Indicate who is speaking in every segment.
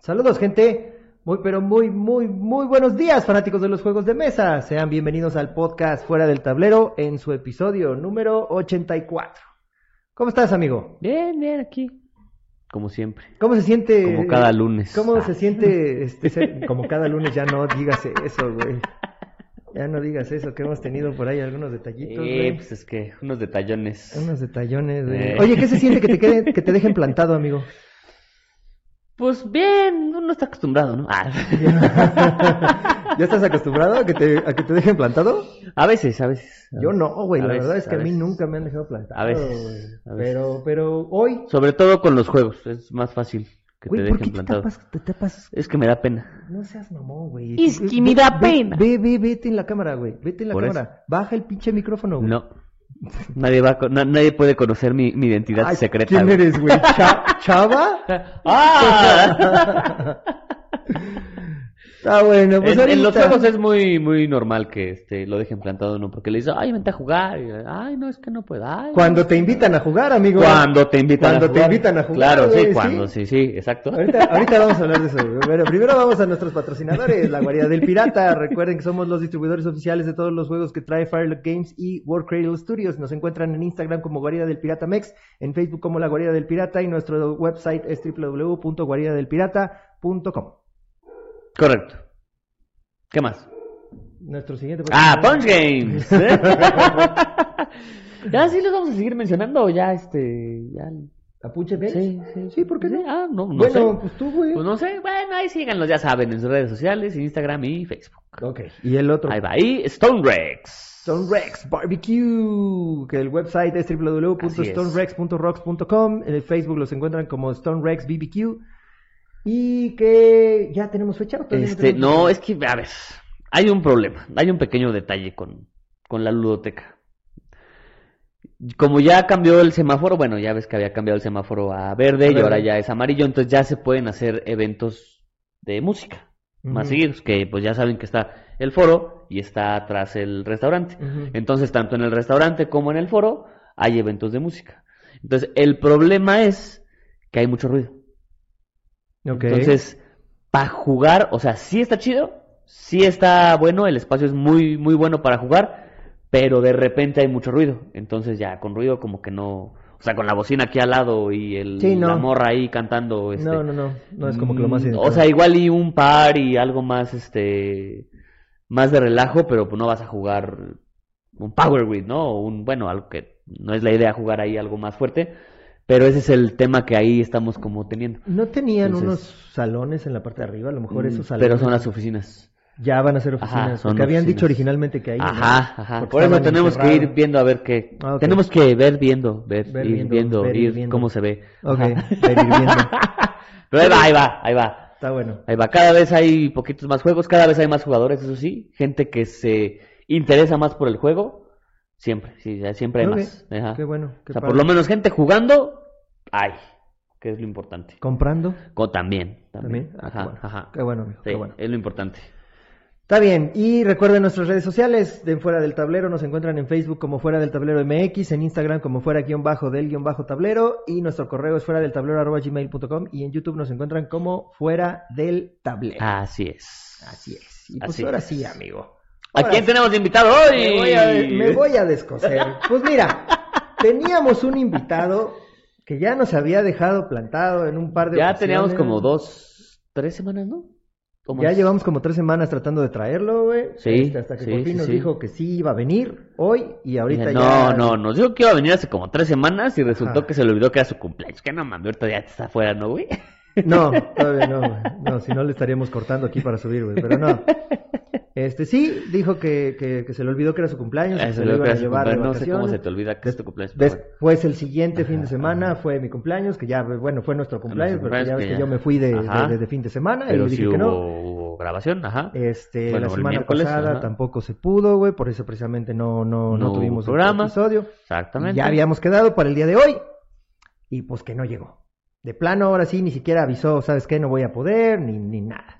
Speaker 1: Saludos, gente. Muy, pero muy, muy, muy buenos días, fanáticos de los juegos de mesa. Sean bienvenidos al podcast Fuera del Tablero en su episodio número 84. ¿Cómo estás, amigo?
Speaker 2: Bien, bien, aquí. Como siempre.
Speaker 1: ¿Cómo se siente?
Speaker 2: Como cada lunes.
Speaker 1: ¿Cómo
Speaker 2: Ah.
Speaker 1: se siente? Este, ser- como cada lunes, ya no digas eso, güey. Ya no digas eso, que hemos tenido por ahí algunos detallitos,
Speaker 2: Eh,
Speaker 1: güey.
Speaker 2: pues es que unos detallones.
Speaker 1: Unos detallones, güey.
Speaker 2: Eh.
Speaker 1: Oye, ¿qué se siente que te, queden- que te dejen plantado, amigo?
Speaker 2: Pues bien, uno está acostumbrado, ¿no? Ah.
Speaker 1: ¿Ya estás acostumbrado a que te, a que te dejen plantado?
Speaker 2: A veces, a veces.
Speaker 1: Yo no, güey.
Speaker 2: A
Speaker 1: La
Speaker 2: veces,
Speaker 1: verdad es que a,
Speaker 2: a
Speaker 1: mí
Speaker 2: veces.
Speaker 1: nunca me han dejado plantado.
Speaker 2: A veces,
Speaker 1: güey.
Speaker 2: a veces.
Speaker 1: Pero, pero hoy.
Speaker 2: Sobre todo con los juegos, es más fácil que
Speaker 1: Güey,
Speaker 2: te
Speaker 1: ¿por
Speaker 2: dejen
Speaker 1: qué te
Speaker 2: plantado.
Speaker 1: tapas, te tapas?
Speaker 2: Es que me da pena.
Speaker 1: No seas mamón, güey.
Speaker 2: Es
Speaker 1: Ve-
Speaker 2: que me
Speaker 1: ve-
Speaker 2: da
Speaker 1: ve-
Speaker 2: pena.
Speaker 1: Ve, ve, vete en la cámara, güey. Vete en la
Speaker 2: Por eso.
Speaker 1: cámara. Baja el pinche micrófono, güey.
Speaker 2: No. Nadie va a con- na- nadie puede conocer mi, mi identidad
Speaker 1: Ay,
Speaker 2: secreta.
Speaker 1: ¿Quién
Speaker 2: güey.
Speaker 1: eres, güey? Cha- ¿Chava?
Speaker 2: ¡Ah!
Speaker 1: Está bueno, pues
Speaker 2: en, en los
Speaker 1: ahorita-
Speaker 2: juegos es muy muy normal que este lo dejen plantado uno porque le dicen, "Ay, vente a jugar." y, "Ay, no, es que no puedo." Ay,
Speaker 1: Cuando te invitan a jugar, amigo.
Speaker 2: Cuando te invitan
Speaker 1: Cuando
Speaker 2: a
Speaker 1: te
Speaker 2: jugar.
Speaker 1: invitan a jugar,
Speaker 2: Claro,
Speaker 1: güey,
Speaker 2: sí, cuando, sí, sí, exacto.
Speaker 1: Ahorita, ahorita vamos a hablar de eso. güey. Bueno, primero vamos a nuestros patrocinadores, la Guarida del Pirata. Recuerden que somos los distribuidores oficiales de todos los juegos que trae Firelock Games y World Cradle Studios. Nos encuentran en Instagram como Guarida del Pirata Mex, en Facebook como La Guarida del Pirata y nuestro website es www.guaridadelpirata.com.
Speaker 2: Correcto. ¿Qué más?
Speaker 1: Nuestro siguiente
Speaker 2: Ah,
Speaker 1: patrocinador- ¿Eh?
Speaker 2: Punch Games. ya sí los vamos a seguir mencionando o ya este ya
Speaker 1: Apuche Mex.
Speaker 2: Sí, sí.
Speaker 1: Sí, ¿por qué no?
Speaker 2: Ah, no, no
Speaker 1: bueno,
Speaker 2: sé.
Speaker 1: pues tú, güey.
Speaker 2: Pues no sé, bueno, ahí síganlos, ya saben, en sus redes sociales, Instagram y Facebook.
Speaker 1: Ok. Y el otro.
Speaker 2: Ahí va, ahí Stone Rex.
Speaker 1: Stone Rex Barbecue, que el website es www.stonerex.rocks.com, en el Facebook los encuentran como Stone Rex BBQ y que ya tenemos fecha. ¿o todavía
Speaker 2: Este,
Speaker 1: tenemos
Speaker 2: no,
Speaker 1: fecha?
Speaker 2: es que, a ver, hay un problema, hay un pequeño detalle con, con la ludoteca. Como ya cambió el semáforo, bueno, ya ves que había cambiado el semáforo a verde y
Speaker 1: verde.
Speaker 2: ahora ya es amarillo, entonces ya se pueden hacer eventos de música más
Speaker 1: Ujú.
Speaker 2: seguidos, que pues ya saben que está el foro y está atrás el restaurante.
Speaker 1: Ujú.
Speaker 2: Entonces, tanto en el restaurante como en el foro hay eventos de música. Entonces, el problema es que hay mucho ruido.
Speaker 1: Ok.
Speaker 2: Entonces, para jugar, o sea, sí está chido, sí está bueno, el espacio es muy, muy bueno para jugar, pero de repente hay mucho ruido. Entonces ya, con ruido como que no... O sea, con la bocina aquí al lado y el,
Speaker 1: Sí, no.
Speaker 2: la morra ahí cantando. Este,
Speaker 1: no, no, no, no es como que lo más
Speaker 2: mm,
Speaker 1: ideal.
Speaker 2: O sea, igual y un par y algo más, este... Más de relajo, pero pues no vas a jugar un Power Grid, ¿no? O un, bueno, algo que no es la idea jugar ahí algo más fuerte. Pero ese es el tema que ahí estamos como teniendo.
Speaker 1: no tenían
Speaker 2: entonces-
Speaker 1: unos salones en la parte de arriba, a lo mejor
Speaker 2: Mm,
Speaker 1: esos salones
Speaker 2: Pero son las oficinas.
Speaker 1: ya van a ser oficinas,
Speaker 2: Ajá, son
Speaker 1: porque habían
Speaker 2: oficinas.
Speaker 1: dicho originalmente que ahí. ¿no?
Speaker 2: ajá, ajá.
Speaker 1: Porque
Speaker 2: Por eso
Speaker 1: estaban
Speaker 2: tenemos que ir
Speaker 1: encerrados.
Speaker 2: viendo a ver qué.
Speaker 1: Ah, ok.
Speaker 2: Tenemos que ver viendo, ver,
Speaker 1: Ver
Speaker 2: ir
Speaker 1: viendo,
Speaker 2: viendo,
Speaker 1: ver ir
Speaker 2: ir
Speaker 1: viendo.
Speaker 2: cómo se ve.
Speaker 1: Ok,
Speaker 2: Ajá.
Speaker 1: ver ir viendo.
Speaker 2: Pero ahí va, ahí va, ahí va.
Speaker 1: Está bueno.
Speaker 2: Ahí va. Cada vez hay poquitos más juegos, cada vez hay más jugadores, eso sí. Gente que se interesa más por el juego. Siempre, sí, ya siempre hay
Speaker 1: Ok,
Speaker 2: más. Ajá.
Speaker 1: Qué bueno. qué
Speaker 2: o sea,
Speaker 1: padre.
Speaker 2: por lo menos gente jugando, hay. Que es lo importante.
Speaker 1: Comprando.
Speaker 2: O también. También.
Speaker 1: También. Ah, qué
Speaker 2: Ajá,
Speaker 1: bueno.
Speaker 2: ajá.
Speaker 1: Qué bueno, amigo,
Speaker 2: Sí,
Speaker 1: qué bueno.
Speaker 2: es lo importante.
Speaker 1: Está bien, y recuerden nuestras redes sociales, de Fuera del Tablero nos encuentran en Facebook como Fuera del Tablero MX, en Instagram como Fuera guión bajo del guión bajo tablero, y nuestro correo es fuera del tablero arroba gmail.com, y en YouTube nos encuentran como Fuera del Tablero.
Speaker 2: Así es.
Speaker 1: Así es. Y pues
Speaker 2: Ah, así
Speaker 1: ahora
Speaker 2: es.
Speaker 1: sí, amigo.
Speaker 2: ¿A
Speaker 1: Ahora
Speaker 2: quién
Speaker 1: sí.
Speaker 2: tenemos de invitado hoy?
Speaker 1: Me voy, a, me voy a descoser. Pues mira, teníamos un invitado que ya nos había dejado plantado en un par de
Speaker 2: Ya teníamos
Speaker 1: ocasiones.
Speaker 2: como dos, tres semanas, ¿no? ¿O
Speaker 1: Ya
Speaker 2: más?
Speaker 1: llevamos como tres semanas tratando de traerlo, güey.
Speaker 2: Sí,
Speaker 1: Este, hasta que
Speaker 2: sí,
Speaker 1: por fin
Speaker 2: sí,
Speaker 1: nos
Speaker 2: sí.
Speaker 1: dijo que sí iba a venir hoy y ahorita
Speaker 2: Dije,
Speaker 1: ya.
Speaker 2: No, no, nos dijo que iba a venir hace como tres semanas y resultó
Speaker 1: Ajá.
Speaker 2: que se le olvidó que era su cumpleaños. Que no mames, ahorita ya está afuera, ¿no, güey?
Speaker 1: No, todavía no, güey. No, si no le estaríamos cortando aquí para subir, güey. Pero no. Este sí, dijo que, que, que se le olvidó que era su cumpleaños.
Speaker 2: Ya
Speaker 1: que
Speaker 2: Ah, se
Speaker 1: se
Speaker 2: le
Speaker 1: lo
Speaker 2: olvidó
Speaker 1: iban a
Speaker 2: que era su
Speaker 1: llevar de
Speaker 2: cumpleaños. No sé cómo
Speaker 1: vacaciones.
Speaker 2: se te olvida que es tu cumpleaños. pero bueno.
Speaker 1: Después el siguiente fin de
Speaker 2: Ajá,
Speaker 1: semana fue mi cumpleaños, que ya, bueno, fue nuestro cumpleaños, pero que
Speaker 2: cumpleaños
Speaker 1: ya ves
Speaker 2: que
Speaker 1: que
Speaker 2: ya-
Speaker 1: yo me fui de,
Speaker 2: Ajá.
Speaker 1: de- de fin de semana Ah, y
Speaker 2: Pero
Speaker 1: le
Speaker 2: sí
Speaker 1: dije
Speaker 2: hubo,
Speaker 1: que no.
Speaker 2: hubo grabación, ajá.
Speaker 1: Este,
Speaker 2: Bueno,
Speaker 1: la
Speaker 2: el
Speaker 1: semana
Speaker 2: miércoles,
Speaker 1: pasada
Speaker 2: ajá.
Speaker 1: tampoco se pudo, güey, por eso precisamente no, no, no
Speaker 2: No hubo
Speaker 1: tuvimos el
Speaker 2: programa.
Speaker 1: episodio.
Speaker 2: Exactamente.
Speaker 1: Ya habíamos quedado para el día de hoy. Y pues que no llegó. De plano, ahora sí, ni siquiera avisó, ¿sabes qué? No voy a poder, ni, ni nada.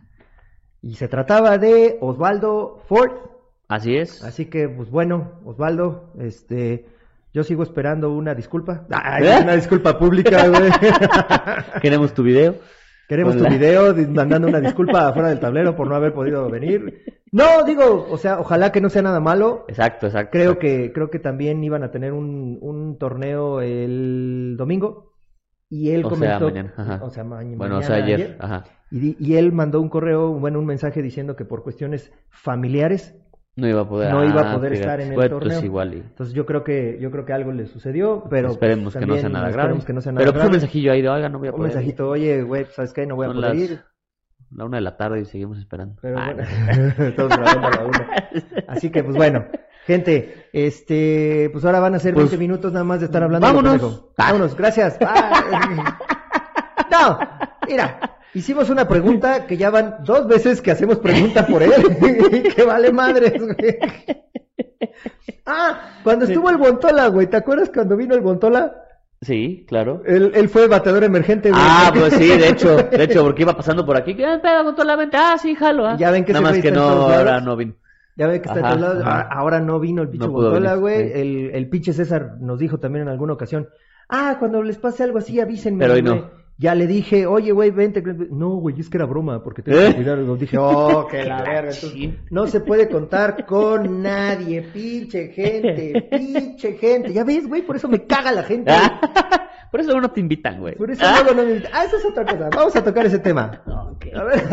Speaker 1: Y se trataba de Osvaldo Ford.
Speaker 2: Así es.
Speaker 1: Así que, pues bueno, Osvaldo, este, yo sigo esperando una disculpa. Ay,
Speaker 2: ¿Eh?
Speaker 1: una disculpa pública, güey.
Speaker 2: Queremos tu video.
Speaker 1: Queremos
Speaker 2: Con
Speaker 1: tu
Speaker 2: la-
Speaker 1: video di- mandando una disculpa afuera del tablero por no haber podido venir. No, digo, o sea, ojalá que no sea nada malo.
Speaker 2: Exacto, exacto.
Speaker 1: Creo
Speaker 2: exacto.
Speaker 1: que, creo que también iban a tener un, un torneo el domingo. Y él
Speaker 2: O sea,
Speaker 1: comentó.
Speaker 2: mañana, ajá.
Speaker 1: O sea, ma-
Speaker 2: Bueno, o
Speaker 1: mañana,
Speaker 2: sea, ayer. ah.
Speaker 1: ayer.
Speaker 2: Ajá.
Speaker 1: Y, di- y él mandó un correo, bueno, un mensaje diciendo que por cuestiones familiares.
Speaker 2: No iba a poder.
Speaker 1: No iba a
Speaker 2: Ah,
Speaker 1: poder
Speaker 2: fíjate.
Speaker 1: estar en el
Speaker 2: Bueno,
Speaker 1: torneo.
Speaker 2: Pues igual y...
Speaker 1: Entonces yo creo que, yo creo que algo le sucedió, pero pues,
Speaker 2: esperemos que no sea
Speaker 1: también
Speaker 2: nada grave.
Speaker 1: esperemos que no sea nada
Speaker 2: Pero pues un
Speaker 1: grave.
Speaker 2: mensajillo ahí de, oiga, no voy a
Speaker 1: Un
Speaker 2: poder.
Speaker 1: mensajito, oye, güey, pues, ¿sabes qué? No voy a
Speaker 2: Son
Speaker 1: poder
Speaker 2: las-
Speaker 1: ir.
Speaker 2: La una de la tarde y seguimos esperando.
Speaker 1: Pero
Speaker 2: Ah,
Speaker 1: bueno,
Speaker 2: no.
Speaker 1: estamos grabando a la una. Así que, pues bueno, gente, este, pues ahora van a ser
Speaker 2: Pues,
Speaker 1: 20 minutos nada más de estar hablando.
Speaker 2: vámonos.
Speaker 1: lo pendejo. Vámonos, gracias. Bye. no, mira, hicimos una pregunta que ya van dos veces que hacemos pregunta por él. que vale madres, güey. Ah, cuando estuvo el Bontola, güey, ¿te acuerdas cuando vino el Bontola?
Speaker 2: Sí, claro.
Speaker 1: Él, él fue bateador emergente, güey.
Speaker 2: Ah, pues sí, de hecho, de hecho, porque iba pasando por aquí, que ah, pega con toda la venta, ah, sí, jalo, ah.
Speaker 1: Ya ven que ese
Speaker 2: Nada más
Speaker 1: güey
Speaker 2: que
Speaker 1: está en
Speaker 2: no,
Speaker 1: todos
Speaker 2: ahora
Speaker 1: lados.
Speaker 2: no vino.
Speaker 1: Ya ve que está
Speaker 2: Ajá,
Speaker 1: en todos lados.
Speaker 2: ajá.
Speaker 1: Ah, Ahora no vino el pinche
Speaker 2: No pudo
Speaker 1: Botola,
Speaker 2: venir,
Speaker 1: güey.
Speaker 2: sí.
Speaker 1: El, el pinche César nos dijo también en alguna ocasión. Ah, cuando les pase algo así, avísenme.
Speaker 2: Pero hoy
Speaker 1: güey".
Speaker 2: no.
Speaker 1: Ya le dije, oye, güey, vente. No, güey, es que era broma, porque tengo que
Speaker 2: ¿Eh?
Speaker 1: cuidar. Lo Dije, oh, que la
Speaker 2: La
Speaker 1: verga. entonces,
Speaker 2: chin.
Speaker 1: no se puede contar con nadie, pinche gente, pinche gente. Ya ves, güey, por eso me caga la gente. güey.
Speaker 2: Ah, por eso luego no te invitan, güey. Ah,
Speaker 1: Por eso luego no me... Ah, esa es otra cosa. Vamos a tocar ese tema.
Speaker 2: Ok.
Speaker 1: A ver.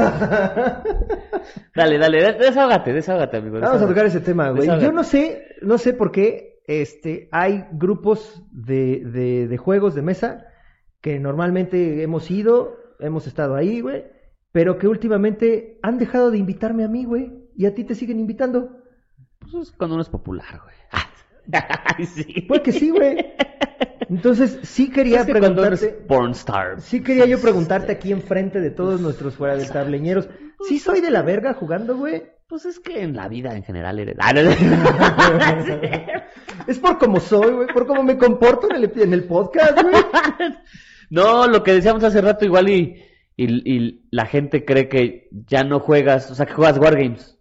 Speaker 2: Dale, dale, des- desahógate, desahógate, amigo.
Speaker 1: Vamos a
Speaker 2: desahógate.
Speaker 1: tocar ese tema, güey.
Speaker 2: Desahógate.
Speaker 1: Yo no sé, no sé por qué este, hay grupos de, de, de juegos de mesa que normalmente hemos ido, hemos estado ahí, güey, pero que últimamente han dejado de invitarme a mí, güey, y a ti te siguen invitando.
Speaker 2: Pues es cuando uno es popular, güey. Ah, Ay, sí.
Speaker 1: Pues que sí, güey. Entonces, sí quería
Speaker 2: Es que cuando uno es
Speaker 1: preguntarte.
Speaker 2: pornstar.
Speaker 1: Sí quería yo preguntarte aquí enfrente de todos nuestros fuera del tableñeros. ¿Sí soy de la verga jugando, güey?
Speaker 2: Pues es que en la vida en general eres... Ah, no, no.
Speaker 1: Es por cómo soy, güey, por cómo me comporto en el, en el podcast, güey.
Speaker 2: No, lo que decíamos hace rato igual y, y, y la gente cree que ya no juegas, o sea, que juegas Wargames.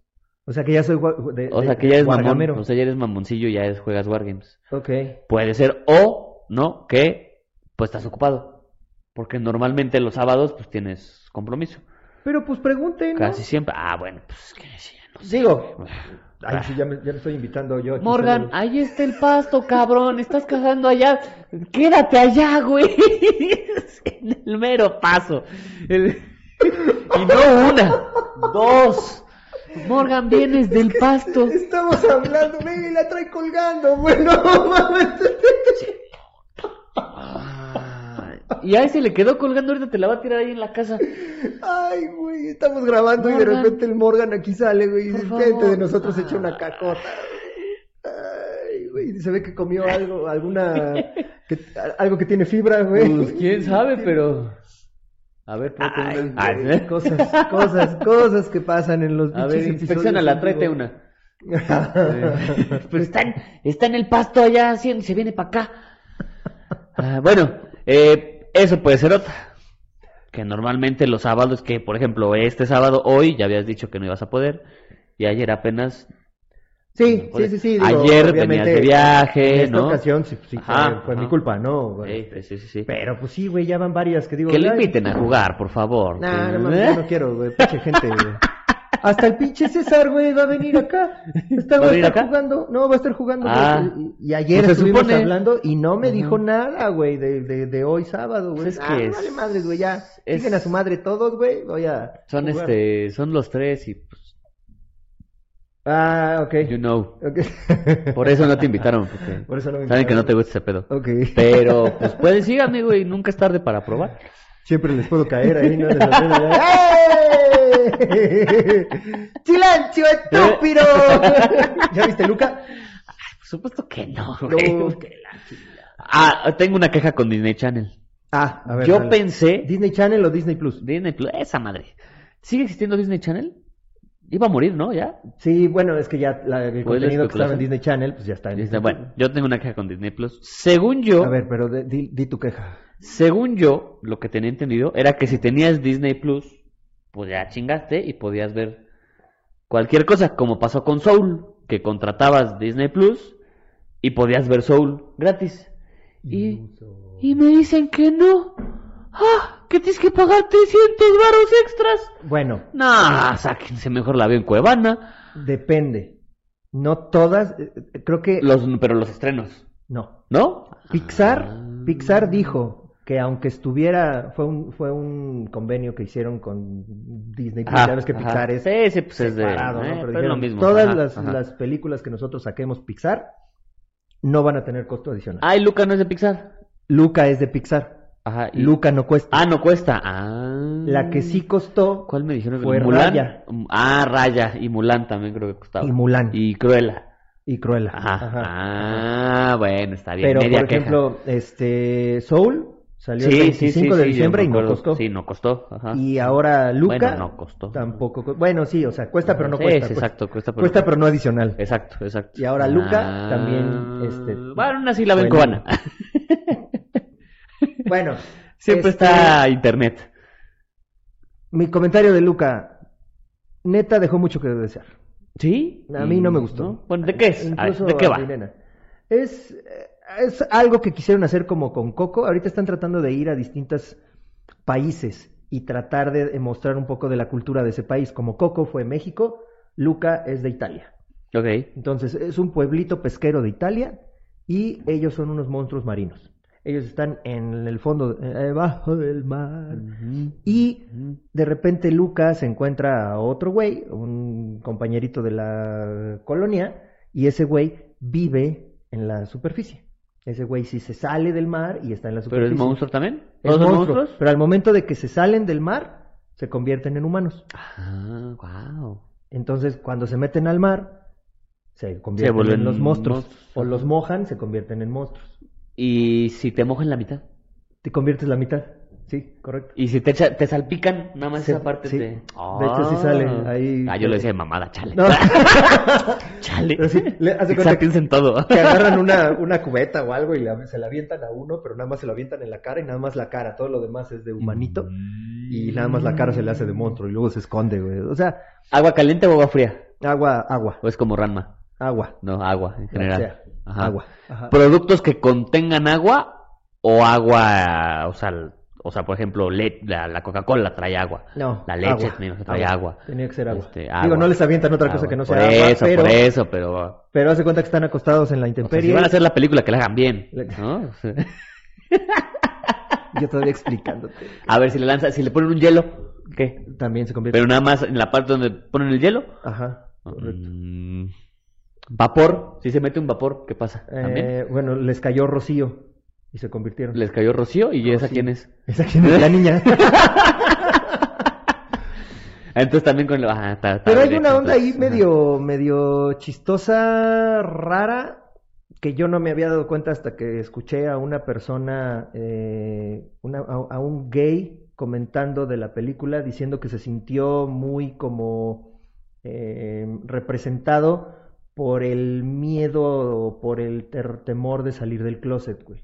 Speaker 1: O sea que ya soy gua- de,
Speaker 2: O
Speaker 1: de-
Speaker 2: sea, que ya eres mamón,
Speaker 1: guargamero.
Speaker 2: o sea, ya eres mamoncillo, ya es, juegas Wargames.
Speaker 1: Ok.
Speaker 2: Puede ser o, ¿no? Que pues estás ocupado. Porque normalmente los sábados pues tienes compromiso.
Speaker 1: Pero pues pregunten. ¿no?
Speaker 2: Casi siempre. Ah, bueno, pues que sí, Ah. no sé.
Speaker 1: Digo. Ay, sí, ya me, ya me estoy invitando yo. aquí
Speaker 2: Morgan,
Speaker 1: solo.
Speaker 2: ahí está el pasto, cabrón. Estás cazando allá. Quédate allá, güey. En el mero paso. El- Y no una, dos. Morgan, vienes del pasto.
Speaker 1: Estamos hablando, baby, la trae colgando, güey. No mames.
Speaker 2: Ah, Y ahí se le quedó colgando. Ahorita te la va a tirar ahí en la casa.
Speaker 1: Ay, güey, estamos grabando y de
Speaker 2: Morgan.
Speaker 1: repente el Morgan aquí sale, güey. Y
Speaker 2: Por
Speaker 1: gente
Speaker 2: favor.
Speaker 1: de nosotros echa una cacota. Ay, güey, se ve que comió algo, alguna. que- algo que tiene fibra, güey.
Speaker 2: Pues quién sabe, pero. A ver, ponte
Speaker 1: Ay,
Speaker 2: una.
Speaker 1: güey, cosas, cosas, cosas que pasan en los
Speaker 2: ¿eh? A
Speaker 1: bichos
Speaker 2: ver, inspeccionala, tráete una. Pero está en, está en el pasto allá, así, se viene para acá. Ah, bueno, eh, eso puede ser otra. Que normalmente los sábados, que por ejemplo este sábado, hoy ya habías dicho que no ibas a poder. Y ayer apenas.
Speaker 1: Sí, sí, sí, sí. digo,
Speaker 2: Ayer venías
Speaker 1: obviamente,
Speaker 2: de
Speaker 1: En
Speaker 2: viaje,
Speaker 1: esta
Speaker 2: ¿no?
Speaker 1: ocasión sí, sí,
Speaker 2: Ajá,
Speaker 1: fue, fue
Speaker 2: ajá.
Speaker 1: mi culpa, ¿no? güey.
Speaker 2: Sí, sí, sí, sí.
Speaker 1: Pero pues sí, güey, ya van varias que digo.
Speaker 2: Que le
Speaker 1: ay,
Speaker 2: inviten a jugar, por favor.
Speaker 1: Nah,
Speaker 2: Que-
Speaker 1: no, mames, yo no quiero, güey, pinche gente, güey. Hasta el pinche César, güey, va a venir acá. Está,
Speaker 2: ¿Va
Speaker 1: va
Speaker 2: a
Speaker 1: a
Speaker 2: venir
Speaker 1: estar
Speaker 2: acá?
Speaker 1: jugando. No, va a estar jugando.
Speaker 2: Ah.
Speaker 1: güey, y, y ayer
Speaker 2: Pues se
Speaker 1: estuvimos
Speaker 2: supone.
Speaker 1: hablando y no me dijo nada, güey, de, de, de hoy sábado, güey.
Speaker 2: Pues es
Speaker 1: Ah,
Speaker 2: que
Speaker 1: vale
Speaker 2: es-
Speaker 1: madre, güey, ya.
Speaker 2: es-
Speaker 1: Siguen a su madre todos, güey. Voy a.
Speaker 2: Son
Speaker 1: jugar.
Speaker 2: este, son los tres y pues,
Speaker 1: Ah, ok.
Speaker 2: you know.
Speaker 1: Ok.
Speaker 2: Por eso no te invitaron, porque
Speaker 1: Por eso no me
Speaker 2: saben que no
Speaker 1: invitaron.
Speaker 2: te gusta ese pedo.
Speaker 1: Ok.
Speaker 2: Pero pues puedes ir, amigo, y nunca es tarde para probar.
Speaker 1: Siempre les puedo caer ahí, ¿no? Les aprendo, ¿no? ¡Eh! ¡Silencio, estúpido! ¿Ya viste, Luca?
Speaker 2: Por supuesto que no,
Speaker 1: No.
Speaker 2: güey. Ah, tengo una queja con Disney Channel.
Speaker 1: Ah, a ver.
Speaker 2: Yo
Speaker 1: dale.
Speaker 2: pensé.
Speaker 1: ¿Disney Channel o Disney Plus?
Speaker 2: Disney Plus, esa madre. ¿Sigue existiendo Disney Channel? Iba a morir, ¿no? Ya.
Speaker 1: Sí, bueno, es que ya la- el
Speaker 2: Pues
Speaker 1: contenido
Speaker 2: la
Speaker 1: que estaba en
Speaker 2: especulación.
Speaker 1: Disney Channel, pues ya está en
Speaker 2: Disney-
Speaker 1: Disney
Speaker 2: Este, Bueno, yo tengo una queja con Disney Plus. Según yo,
Speaker 1: Plus. A ver, pero de- di, di tu queja.
Speaker 2: según yo, lo que tenía entendido era que si tenías Disney Plus, pues ya chingaste y podías ver cualquier cosa, como pasó con Soul, que contratabas Disney Plus y podías ver Soul gratis. Y- Y me dicen que no. ¡Ah! qué tienes que pagar 300 varos extras?
Speaker 1: Bueno,
Speaker 2: Nah, sáquense mejor la veo en Cuevana.
Speaker 1: depende. No todas, eh, eh, creo que
Speaker 2: Los, pero los estrenos,
Speaker 1: no.
Speaker 2: ¿no?
Speaker 1: Pixar,
Speaker 2: Ah.
Speaker 1: Pixar dijo que aunque estuviera, fue un, fue un convenio que hicieron con Disney, pues
Speaker 2: Ajá,
Speaker 1: ya ves que
Speaker 2: ajá.
Speaker 1: Pixar es
Speaker 2: Sí, sí, pues es de-
Speaker 1: separado,
Speaker 2: eh,
Speaker 1: ¿no? Pero
Speaker 2: pero es
Speaker 1: dijeron,
Speaker 2: lo mismo,
Speaker 1: Todas
Speaker 2: ajá,
Speaker 1: las,
Speaker 2: ajá.
Speaker 1: las películas que nosotros saquemos Pixar no van a tener costo adicional.
Speaker 2: Ay, Luca no es de Pixar.
Speaker 1: Luca es de Pixar.
Speaker 2: Ajá. y-
Speaker 1: Luca no cuesta.
Speaker 2: Ah, no cuesta. Ah.
Speaker 1: La que sí costó
Speaker 2: ¿Cuál me dijeron?
Speaker 1: Fue
Speaker 2: Mulan.
Speaker 1: Raya.
Speaker 2: Ah, Raya y Mulan también creo que costaba.
Speaker 1: y Mulan y,
Speaker 2: Y Cruella.
Speaker 1: Cruella.
Speaker 2: Ajá.
Speaker 1: Ajá.
Speaker 2: Ah, bueno, está bien.
Speaker 1: Pero
Speaker 2: Media
Speaker 1: por
Speaker 2: queja.
Speaker 1: ejemplo, este Soul salió el
Speaker 2: sí,
Speaker 1: 25
Speaker 2: sí, sí,
Speaker 1: de
Speaker 2: sí, yo
Speaker 1: diciembre
Speaker 2: me
Speaker 1: y no
Speaker 2: acuerdo.
Speaker 1: costó.
Speaker 2: Sí, no costó. Ajá.
Speaker 1: Y ahora Luca
Speaker 2: Bueno, no costó.
Speaker 1: tampoco. cu- Bueno, sí, o sea, cuesta pero no
Speaker 2: Sí,
Speaker 1: cuesta.
Speaker 2: sí,
Speaker 1: cuesta.
Speaker 2: exacto, cuesta pero,
Speaker 1: Cuesta pero no adicional.
Speaker 2: Exacto, exacto.
Speaker 1: Y ahora Luca
Speaker 2: Ah.
Speaker 1: también, este,
Speaker 2: Bueno, una sí la ven
Speaker 1: fue
Speaker 2: cubana.
Speaker 1: Bueno,
Speaker 2: Siempre
Speaker 1: este,
Speaker 2: está internet.
Speaker 1: mi comentario de Luca neta dejó mucho que desear.
Speaker 2: ¿Sí?
Speaker 1: A mí no
Speaker 2: Y-
Speaker 1: me gustó.
Speaker 2: Mm, Bueno, ¿de qué es? A ver,
Speaker 1: Incluso
Speaker 2: ¿De qué
Speaker 1: a
Speaker 2: va?
Speaker 1: Milena. Es, eh, es algo que quisieron hacer como con Coco. Ahorita están tratando de ir a distintos países y tratar de mostrar un poco de la cultura de ese país. Como Coco fue México, Luca es de Italia.
Speaker 2: Ok.
Speaker 1: Entonces, es un pueblito pesquero de Italia y ellos son unos monstruos marinos. Ellos están en el fondo, eh, debajo del mar. Y de repente Luca se encuentra a otro güey, un compañerito de la colonia, y ese güey vive en la superficie. Ese güey sí se sale del mar y está en la
Speaker 2: ¿Pero
Speaker 1: superficie.
Speaker 2: es monstruo también?
Speaker 1: Es
Speaker 2: ¿Todos son
Speaker 1: monstruo,
Speaker 2: monstruos?
Speaker 1: Pero al momento de que se salen del mar, se convierten en humanos.
Speaker 2: Ah, wow.
Speaker 1: Entonces, cuando se meten al mar, se convierten
Speaker 2: vuelven
Speaker 1: en los monstruos.
Speaker 2: monstruos.
Speaker 1: O los mojan, se convierten en monstruos.
Speaker 2: ¿Y si te mojan la mitad?
Speaker 1: Te conviertes la mitad. Sí, correcto.
Speaker 2: ¿Y si te, echa- te salpican? Nada más
Speaker 1: Sí,
Speaker 2: esa parte
Speaker 1: sí.
Speaker 2: te...
Speaker 1: De hecho, sí sale ahí.
Speaker 2: Ah, yo lo decía de mamada, chale.
Speaker 1: No.
Speaker 2: Chale.
Speaker 1: Pero sí, le- haz de cuenta
Speaker 2: Pixar piensa en todo.
Speaker 1: que agarran una, una cubeta o algo y le- se la avientan a uno, pero nada más se lo avientan en la cara y nada más la cara, todo lo demás es de humanito y
Speaker 2: Mm.
Speaker 1: nada más la cara se le hace de monstruo y luego se esconde, güey. O sea,
Speaker 2: ¿Agua caliente o agua fría?
Speaker 1: agua, agua,
Speaker 2: ¿O es como Ranma?
Speaker 1: agua,
Speaker 2: No, agua en
Speaker 1: la que
Speaker 2: general.
Speaker 1: sea,
Speaker 2: Ajá.
Speaker 1: agua. Ajá.
Speaker 2: ¿Productos que contengan agua o agua, o sea, el- o sea por ejemplo, le- la, la Coca-Cola trae agua?
Speaker 1: Pues, No,
Speaker 2: La leche
Speaker 1: agua,
Speaker 2: me imagino que trae agua.
Speaker 1: Tenía que ser agua.
Speaker 2: Este,
Speaker 1: Digo,
Speaker 2: agua.
Speaker 1: no les avientan otra cosa
Speaker 2: Agua.
Speaker 1: que no
Speaker 2: Ah, por
Speaker 1: sea agua,
Speaker 2: eso,
Speaker 1: pero,
Speaker 2: Por eso, pero...
Speaker 1: pero hace cuenta que están acostados en la
Speaker 2: O sea,
Speaker 1: intemperie.
Speaker 2: si van a hacer la película, que la hagan bien.
Speaker 1: Le-
Speaker 2: ¿no? O sea,
Speaker 1: Yo todavía explicándote.
Speaker 2: A ver si le lanzan, si le ponen un hielo, ¿qué?
Speaker 1: También se convierte.
Speaker 2: Pero nada más en la parte donde ponen el hielo.
Speaker 1: Ajá, correcto.
Speaker 2: Mm, vapor, si se mete un vapor, ¿qué pasa? También.
Speaker 1: Eh, bueno, les cayó rocío y se convirtieron.
Speaker 2: Les cayó Rocío y esa
Speaker 1: Rocío.
Speaker 2: quién es.
Speaker 1: Esa quién es la niña.
Speaker 2: Entonces también con lo- ajá, está- está
Speaker 1: Pero hay
Speaker 2: bien,
Speaker 1: una onda ahí
Speaker 2: entonces, ajá.
Speaker 1: medio, medio chistosa, rara, que yo no me había dado cuenta hasta que escuché a una persona, eh, una- a, a un gay comentando de la película, diciendo que se sintió muy como eh, representado por el miedo o por el ter- temor de salir del closet, güey.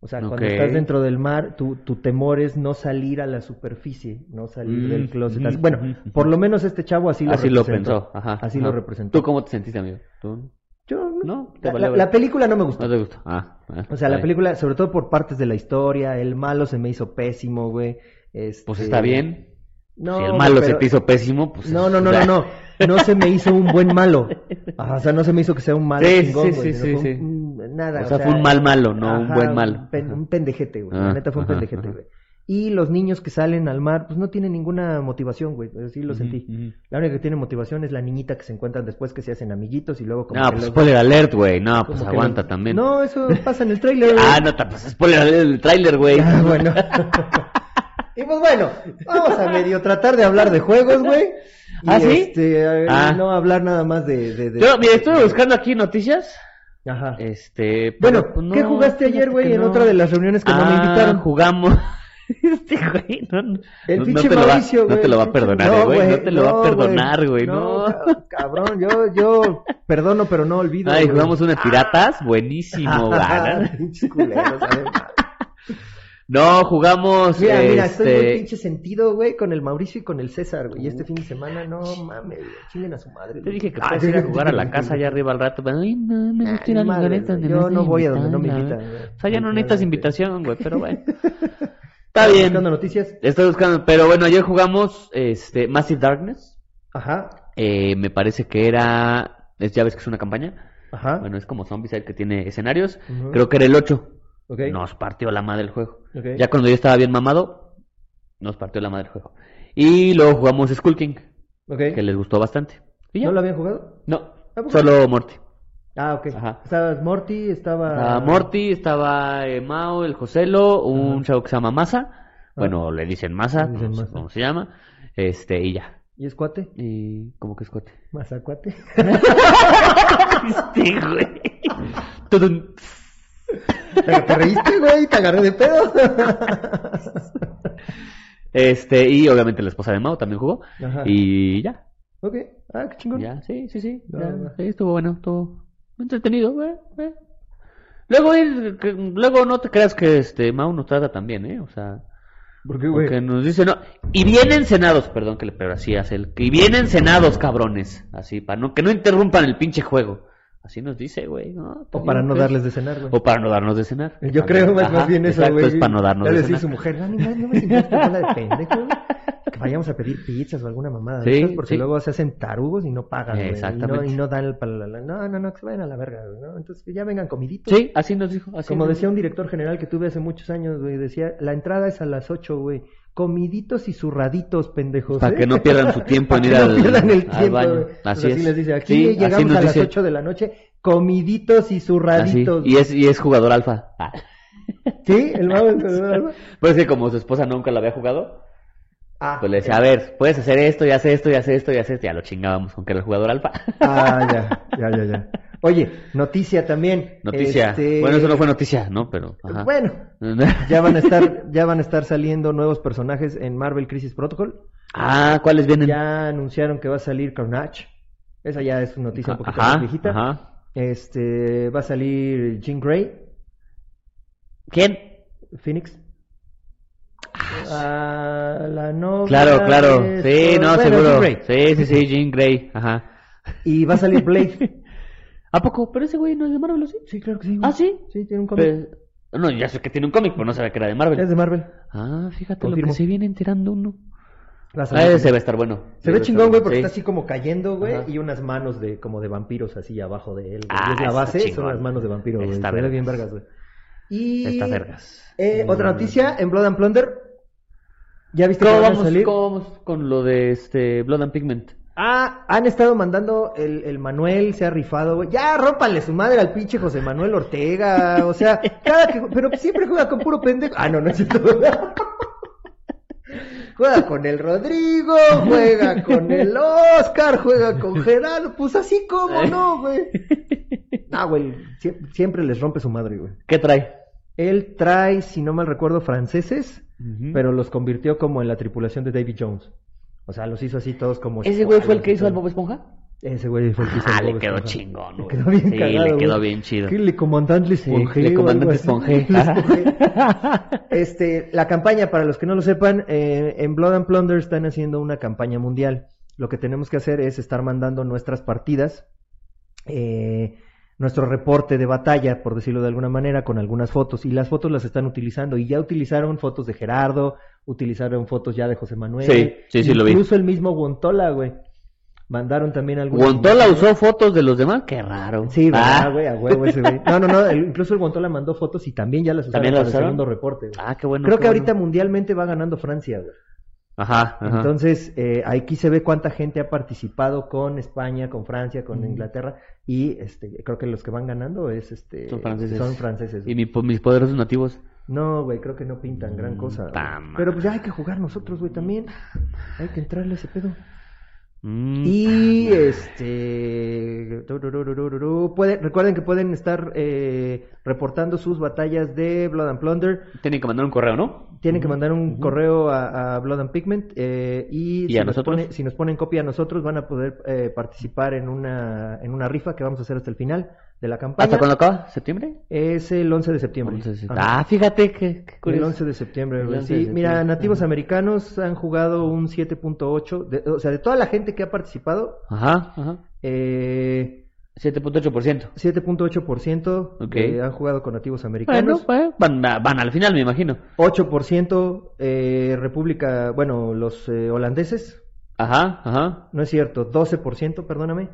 Speaker 1: O sea, cuando
Speaker 2: Ok.
Speaker 1: estás dentro del mar, tu, tu temor es no salir a la superficie, no salir
Speaker 2: Mm,
Speaker 1: del closet.
Speaker 2: ujú,
Speaker 1: Así- bueno,
Speaker 2: ujú,
Speaker 1: por lo menos este chavo así lo
Speaker 2: Así lo
Speaker 1: representó.
Speaker 2: pensó. Ajá,
Speaker 1: Así
Speaker 2: ajá.
Speaker 1: lo representó.
Speaker 2: ¿Tú cómo te sentiste, amigo? ¿Tú?
Speaker 1: Yo no-
Speaker 2: No, te
Speaker 1: la,
Speaker 2: valió
Speaker 1: la- la
Speaker 2: ver.
Speaker 1: película no me gustó.
Speaker 2: ¿No te gustó? Ah, ah,
Speaker 1: O sea, la
Speaker 2: está bien.
Speaker 1: película, sobre todo por partes de la historia, el malo se me hizo pésimo, güey. Este,
Speaker 2: Pues está bien.
Speaker 1: No,
Speaker 2: si el malo se
Speaker 1: pero-
Speaker 2: te hizo pésimo, pues.
Speaker 1: No, no, no, no, no. No se me hizo un buen malo. Ajá, o sea, no se me hizo que sea un malo
Speaker 2: Sí,
Speaker 1: chingón,
Speaker 2: sí,
Speaker 1: güey,
Speaker 2: sí,
Speaker 1: sino
Speaker 2: sí,
Speaker 1: fue un- un- nada.
Speaker 2: O sea, fue un mal malo, no un
Speaker 1: ajá,
Speaker 2: buen malo.
Speaker 1: Un, pen-
Speaker 2: Ajá.
Speaker 1: un pendejete, güey.
Speaker 2: Ah,
Speaker 1: la neta fue un
Speaker 2: ajá,
Speaker 1: pendejete,
Speaker 2: ajá.
Speaker 1: güey. Y los niños que salen al mar, pues no tienen ninguna motivación, güey. Así lo
Speaker 2: Ujú,
Speaker 1: sentí.
Speaker 2: ujú.
Speaker 1: La única que tiene motivación es la niñita que se encuentran después que se hacen amiguitos y luego como
Speaker 2: No,
Speaker 1: que
Speaker 2: pues
Speaker 1: los-
Speaker 2: spoiler alert, güey. No,
Speaker 1: como
Speaker 2: pues
Speaker 1: que
Speaker 2: aguanta
Speaker 1: los-
Speaker 2: también.
Speaker 1: No, eso pasa en el tráiler.
Speaker 2: Ah, no, ta- pues spoiler alert del tráiler, güey.
Speaker 1: Ah, bueno. y pues bueno, vamos a medio tratar de hablar de juegos, güey. Y,
Speaker 2: ¿Ah, sí?
Speaker 1: Este, eh,
Speaker 2: Ah.
Speaker 1: No hablar nada más de... de, de-
Speaker 2: Yo, mira, estuve buscando aquí noticias.
Speaker 1: Ajá.
Speaker 2: Este.
Speaker 1: bueno,
Speaker 2: pero, pues,
Speaker 1: ¿qué
Speaker 2: no,
Speaker 1: jugaste ayer,
Speaker 2: fíjate
Speaker 1: güey,
Speaker 2: que
Speaker 1: en
Speaker 2: no.
Speaker 1: otra de las reuniones que no me
Speaker 2: Ah,
Speaker 1: invitaron?
Speaker 2: Jugamos. Este güey, no, no,
Speaker 1: El
Speaker 2: pues, no
Speaker 1: pinche
Speaker 2: te lo va-
Speaker 1: Mauricio, güey.
Speaker 2: no te lo va
Speaker 1: el
Speaker 2: a
Speaker 1: pinche-
Speaker 2: perdonar, eh, güey. No te lo va a perdonar, güey. No.
Speaker 1: ca- Cabrón, yo, yo perdono, pero no olvido.
Speaker 2: Ay,
Speaker 1: güey. Ah.
Speaker 2: jugamos una de piratas. Buenísimo, güey.
Speaker 1: Pinches culeros, a ver.
Speaker 2: No, jugamos.
Speaker 1: Mira, mira, estoy muy
Speaker 2: este,
Speaker 1: pinche sentido, güey, con el Mauricio y con el César, güey. Y este fin de semana, no mames, güey, chinguen a su madre.
Speaker 2: Te
Speaker 1: güey.
Speaker 2: dije que
Speaker 1: Ah,
Speaker 2: puedes
Speaker 1: sí,
Speaker 2: ir a
Speaker 1: sí,
Speaker 2: jugar
Speaker 1: sí,
Speaker 2: a la
Speaker 1: sí,
Speaker 2: casa
Speaker 1: sí.
Speaker 2: allá arriba al rato. pero, Ay, no, me gusta ir a
Speaker 1: Ay, Ah, madre,
Speaker 2: lugares donde
Speaker 1: güey, Yo
Speaker 2: me
Speaker 1: no voy a donde no me
Speaker 2: invitan, la
Speaker 1: invitan, güey.
Speaker 2: verdad. O sea, ya no necesitas
Speaker 1: Definitivamente.
Speaker 2: invitación, güey, pero bueno. Está
Speaker 1: Estaba
Speaker 2: bien.
Speaker 1: Buscando noticias.
Speaker 2: Estoy buscando, pero bueno, ayer jugamos este Massive Darkness.
Speaker 1: Ajá,
Speaker 2: Eh, me parece que era. Es, ya ves que es una campaña.
Speaker 1: ajá.
Speaker 2: Bueno, es como Zombicide que tiene escenarios.
Speaker 1: Ujú.
Speaker 2: Creo que era el 8.
Speaker 1: ok,
Speaker 2: Nos partió la madre el juego.
Speaker 1: ok.
Speaker 2: Ya cuando yo estaba bien mamado, nos partió la madre el juego. Y luego jugamos Skull King,
Speaker 1: ok.
Speaker 2: que les gustó bastante. Y ya.
Speaker 1: ¿No lo habían jugado?
Speaker 2: No,
Speaker 1: ¿A poco?
Speaker 2: solo Morty.
Speaker 1: Ah, ok.
Speaker 2: Ajá.
Speaker 1: Estaba Morty, estaba...
Speaker 2: Estaba Morty, estaba eh, Mao, el Joselo, un
Speaker 1: Ajá. Ah.
Speaker 2: chavo que se llama Masa. Bueno, le dicen Masa,
Speaker 1: Le dicen
Speaker 2: pues,
Speaker 1: Masa.
Speaker 2: como se llama. Este, y ya.
Speaker 1: ¿Y es cuate?
Speaker 2: Y como que es cuate.
Speaker 1: ¿Mazacuate?
Speaker 2: Este, güey. Tudum.
Speaker 1: ¿Te, te reíste, güey? ¿Te agarré de pedo?
Speaker 2: Este, y obviamente la esposa de Mao también jugó.
Speaker 1: Ajá.
Speaker 2: Y ya.
Speaker 1: ok. Ah, qué chingón.
Speaker 2: Ya, sí, sí, sí.
Speaker 1: Ya,
Speaker 2: ya,
Speaker 1: ya.
Speaker 2: sí, estuvo bueno, estuvo entretenido, eh, eh. Luego, eh, que- luego no te creas que este Mau nos trata tan bien, ¿eh? O sea,
Speaker 1: ¿Por qué, güey?
Speaker 2: porque nos dice, no, y vienen cenados, perdón que le, pero así hace el, y vienen cenados, cabrones, así, para no, que no interrumpan el pinche juego. Así nos dice, güey, ¿no?
Speaker 1: O para no darles de cenar, güey.
Speaker 2: O para no darnos de cenar.
Speaker 1: Yo creo más,
Speaker 2: Ajá,
Speaker 1: más bien eso,
Speaker 2: exacto,
Speaker 1: güey.
Speaker 2: es para no darnos
Speaker 1: Le
Speaker 2: de
Speaker 1: decía
Speaker 2: cenar.
Speaker 1: a su mujer, no, no, no me sigas con bola de pendejo, güey. Que vayamos a pedir pizzas o alguna mamada de
Speaker 2: Sí,
Speaker 1: estas, porque
Speaker 2: sí.
Speaker 1: luego se hacen tarugos y no pagan, güey. Y no,
Speaker 2: Exactamente.
Speaker 1: y no dan el pal- la- la- No, no, no, que se vayan a la verga, güey. ¿no? Entonces que ya vengan comiditos.
Speaker 2: Sí, así nos dijo, así
Speaker 1: Como
Speaker 2: nos
Speaker 1: decía un director general que tuve hace muchos años, güey, decía, la entrada es a las 8, güey. Comiditos y zurraditos, pendejos.
Speaker 2: Para
Speaker 1: ¿eh?
Speaker 2: que no pierdan su tiempo en ir
Speaker 1: Para que
Speaker 2: al,
Speaker 1: no pierdan el
Speaker 2: al
Speaker 1: tiempo,
Speaker 2: baño.
Speaker 1: güey. Pues
Speaker 2: Así, es.
Speaker 1: les dice, aquí
Speaker 2: Sí, así
Speaker 1: llegamos
Speaker 2: nos
Speaker 1: a las
Speaker 2: dice.
Speaker 1: 8 de la noche, comiditos y
Speaker 2: Así.
Speaker 1: zurraditos.
Speaker 2: Y es, y es jugador alfa. Ah.
Speaker 1: Sí, el mago del corredor alba.
Speaker 2: Pues que como su esposa nunca lo había jugado,
Speaker 1: Ah,
Speaker 2: pues le decía, a ver, puedes hacer esto, y hace esto, y hace esto, y hace esto. Ya lo chingábamos con que era el jugador alfa.
Speaker 1: Ah, ya, ya, ya, ya. Oye, noticia también.
Speaker 2: Noticia.
Speaker 1: Este, pues
Speaker 2: Bueno, eso no fue noticia, ¿no? Pero. ajá.
Speaker 1: Bueno, ya van a estar, ya van a estar saliendo nuevos personajes en Marvel Crisis Protocol.
Speaker 2: ah, ¿cuáles vienen?
Speaker 1: Ya anunciaron que va a salir Carnage. Esa ya es una noticia un poquito
Speaker 2: Ajá,
Speaker 1: más viejita.
Speaker 2: ajá.
Speaker 1: Este, va a salir Jean Grey,
Speaker 2: ¿Quién?
Speaker 1: Phoenix. Ah, la novia
Speaker 2: Claro, claro.
Speaker 1: de-
Speaker 2: Sí, no,
Speaker 1: Bueno,
Speaker 2: seguro.
Speaker 1: Jean Grey.
Speaker 2: Sí, sí, sí, Jean Grey. Ajá.
Speaker 1: Y va a salir Blade.
Speaker 2: ¿A poco? Pero ese güey no es de Marvel, ¿o ¿sí?
Speaker 1: sí, claro que sí. güey.
Speaker 2: ¿Ah, sí?
Speaker 1: Sí, tiene un cómic.
Speaker 2: Pero- No, ya sé que tiene un cómic, pero no sabía que era de Marvel.
Speaker 1: Es de Marvel.
Speaker 2: Ah, fíjate lo
Speaker 1: Confirmo.
Speaker 2: que se viene enterando uno.
Speaker 1: Va a
Speaker 2: Ah,
Speaker 1: salir.
Speaker 2: ese va a estar bueno.
Speaker 1: Se ve chingón, güey, porque
Speaker 2: Sí.
Speaker 1: está así como cayendo, güey,
Speaker 2: Ajá.
Speaker 1: y unas manos de como de vampiros así abajo de él. güey.
Speaker 2: Ah,
Speaker 1: Y es la
Speaker 2: está
Speaker 1: base,
Speaker 2: chingón.
Speaker 1: son las manos de vampiros, güey.
Speaker 2: Está
Speaker 1: Se ve
Speaker 2: vergas.
Speaker 1: bien vergas, güey. Y
Speaker 2: Está vergas.
Speaker 1: eh, otra noticia en Blood and Plunder. ¿Ya viste que
Speaker 2: ¿Cómo
Speaker 1: van a
Speaker 2: vamos,
Speaker 1: salir?
Speaker 2: cómo vamos con lo de este Blood and Pigment?
Speaker 1: Ah, han estado mandando el, el Manuel, se ha rifado, güey. Ya, rópale su madre al pinche José Manuel Ortega. O sea, cada que. Pero siempre juega con puro pendejo. Ah, no, no es cierto. Juega con el Rodrigo, juega con el Oscar, juega con Gerardo. Pues así como
Speaker 2: Eh.
Speaker 1: no, güey. Ah, güey, sie- siempre les rompe su madre, güey.
Speaker 2: ¿Qué trae?
Speaker 1: Él trae, si no mal recuerdo, franceses,
Speaker 2: Mm.
Speaker 1: pero los convirtió como en la tripulación de David Jones. O sea, los hizo así todos como.
Speaker 2: ¿Ese güey fue el que hizo
Speaker 1: el
Speaker 2: al Bob Esponja?
Speaker 1: ese güey fue el que hizo
Speaker 2: Ah,
Speaker 1: el
Speaker 2: le
Speaker 1: Bob
Speaker 2: quedó
Speaker 1: Esponja.
Speaker 2: chingón,
Speaker 1: Le
Speaker 2: güey.
Speaker 1: quedó bien
Speaker 2: Sí,
Speaker 1: cagado,
Speaker 2: le quedó
Speaker 1: güey.
Speaker 2: bien chido.
Speaker 1: Que le comandante le
Speaker 2: Sí,
Speaker 1: esponjé.
Speaker 2: le
Speaker 1: o
Speaker 2: comandante
Speaker 1: algo así.
Speaker 2: esponjé.
Speaker 1: Le esponjé. este, la campaña, para los que no lo sepan, eh, en Blood and Plunder están haciendo una campaña mundial. Lo que tenemos que hacer es estar mandando nuestras partidas, eh, nuestro reporte de batalla, por decirlo de alguna manera, con algunas fotos. Y las fotos las están utilizando. Y ya utilizaron fotos de Gerardo, utilizaron fotos ya de José Manuel.
Speaker 2: Sí, sí, sí, lo vi.
Speaker 1: Incluso el mismo Guantola, güey. Mandaron también algunas.
Speaker 2: ¿Guantola usó fotos de los demás? Qué raro.
Speaker 1: Sí,
Speaker 2: Ah,
Speaker 1: ¿verdad, güey? A huevo ese güey. No, no, no. el- incluso el Guantola mandó fotos y también ya las usaron
Speaker 2: ¿También las
Speaker 1: para el
Speaker 2: usaron?
Speaker 1: segundo reporte. güey.
Speaker 2: Ah, qué bueno.
Speaker 1: Creo
Speaker 2: qué
Speaker 1: que
Speaker 2: bueno.
Speaker 1: ahorita mundialmente va ganando Francia, güey.
Speaker 2: Ajá, ajá.
Speaker 1: Entonces, eh, aquí se ve cuánta gente ha participado con España, con Francia, con
Speaker 2: Mm.
Speaker 1: Inglaterra. Y este, creo que los que van ganando es este,
Speaker 2: Son franceses.
Speaker 1: Son franceses,
Speaker 2: Y
Speaker 1: güey.
Speaker 2: mi- mis poderosos nativos.
Speaker 1: No, güey, creo que no pintan gran cosa.
Speaker 2: Ta
Speaker 1: güey.
Speaker 2: madre.
Speaker 1: Pero pues ya hay que jugar nosotros, güey, también. Hay que entrarle a ese pedo.
Speaker 2: Mm.
Speaker 1: Y este. turururururu, puede- recuerden que pueden estar eh, reportando sus batallas de Blood and Plunder.
Speaker 2: Tienen que mandar un correo, ¿no?
Speaker 1: Tienen que mandar un correo a, a Blood and Pigment. eh, y
Speaker 2: ¿Y
Speaker 1: si,
Speaker 2: a
Speaker 1: nos
Speaker 2: nosotros?
Speaker 1: pone- si nos ponen copia a nosotros, van a poder eh, participar en una, en una rifa que vamos a hacer hasta el final de la campaña.
Speaker 2: Mm. ¿Hasta cuándo acaba? ¿Septiembre?
Speaker 1: Es el 11 de septiembre.
Speaker 2: Once de septiembre.
Speaker 1: Ajá.
Speaker 2: Ah, fíjate que, que
Speaker 1: El
Speaker 2: curioso.
Speaker 1: 11 de septiembre,
Speaker 2: El
Speaker 1: güey.
Speaker 2: 11
Speaker 1: Sí,
Speaker 2: de
Speaker 1: mira,
Speaker 2: septiembre.
Speaker 1: nativos
Speaker 2: Ajá.
Speaker 1: americanos han jugado un 7.8. de- O sea, de toda la gente que ha participado,
Speaker 2: Ajá, ajá.
Speaker 1: Eh,
Speaker 2: 7.8%.
Speaker 1: 7.8%
Speaker 2: Ok.
Speaker 1: eh, han jugado con nativos
Speaker 2: Bueno,
Speaker 1: americanos.
Speaker 2: pues, van, van al final, me imagino.
Speaker 1: 8% eh, República, bueno, los eh, holandeses.
Speaker 2: Ajá, ajá.
Speaker 1: No es cierto, 12%, perdóname.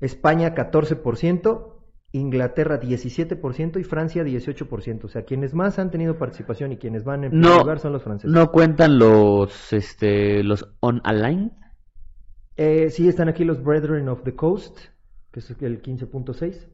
Speaker 1: España 14%, Inglaterra 17% y Francia 18%. O sea, quienes más han tenido participación y quienes van en primer
Speaker 2: No,
Speaker 1: lugar son los franceses.
Speaker 2: No cuentan los, este, los on-align.
Speaker 1: Eh, sí, están aquí los Brethren of the Coast, que es el 15.6.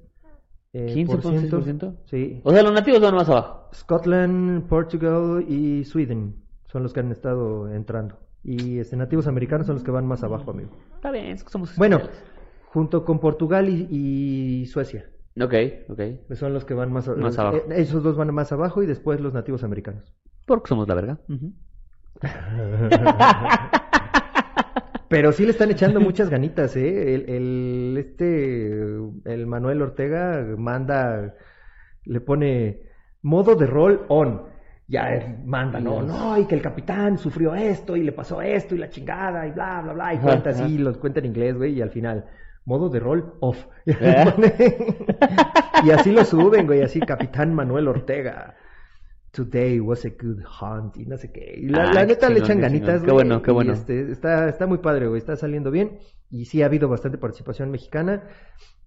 Speaker 1: eh, por ciento.
Speaker 2: 15.6%.
Speaker 1: Sí.
Speaker 2: O sea, los nativos van más abajo.
Speaker 1: Scotland, Portugal y Sweden son los que han estado entrando. Y este, nativos americanos son los que van más abajo, amigo.
Speaker 2: Está bien, es que somos
Speaker 1: Bueno,
Speaker 2: especiales.
Speaker 1: junto con Portugal y, y Suecia.
Speaker 2: Ok, ok.
Speaker 1: que Son los que van más, a-
Speaker 2: Más abajo.
Speaker 1: eh, esos dos van más abajo y después los nativos americanos.
Speaker 2: Porque somos la verga. Ujú.
Speaker 1: Pero sí le están echando muchas ganitas, ¿eh? El, el- este, el Manuel Ortega manda, le pone modo de roll on. Ya eh, manda, no, no, y que el capitán sufrió esto y le pasó esto y la chingada y bla, bla, bla. Y
Speaker 2: Ajá,
Speaker 1: cuenta
Speaker 2: ajá.
Speaker 1: así, los cuenta en inglés, güey, y al final, modo de roll off.
Speaker 2: ¿Eh?
Speaker 1: y así lo suben, güey, así, capitán Manuel Ortega. Today was a good hunt y no sé qué. Y la,
Speaker 2: Ah,
Speaker 1: la
Speaker 2: qué
Speaker 1: neta le
Speaker 2: chingón,
Speaker 1: echan
Speaker 2: qué
Speaker 1: ganitas,
Speaker 2: chingón. Qué
Speaker 1: güey,
Speaker 2: bueno, qué
Speaker 1: y,
Speaker 2: bueno.
Speaker 1: este, está, está muy padre, güey. Está saliendo bien. Y sí ha habido bastante participación mexicana.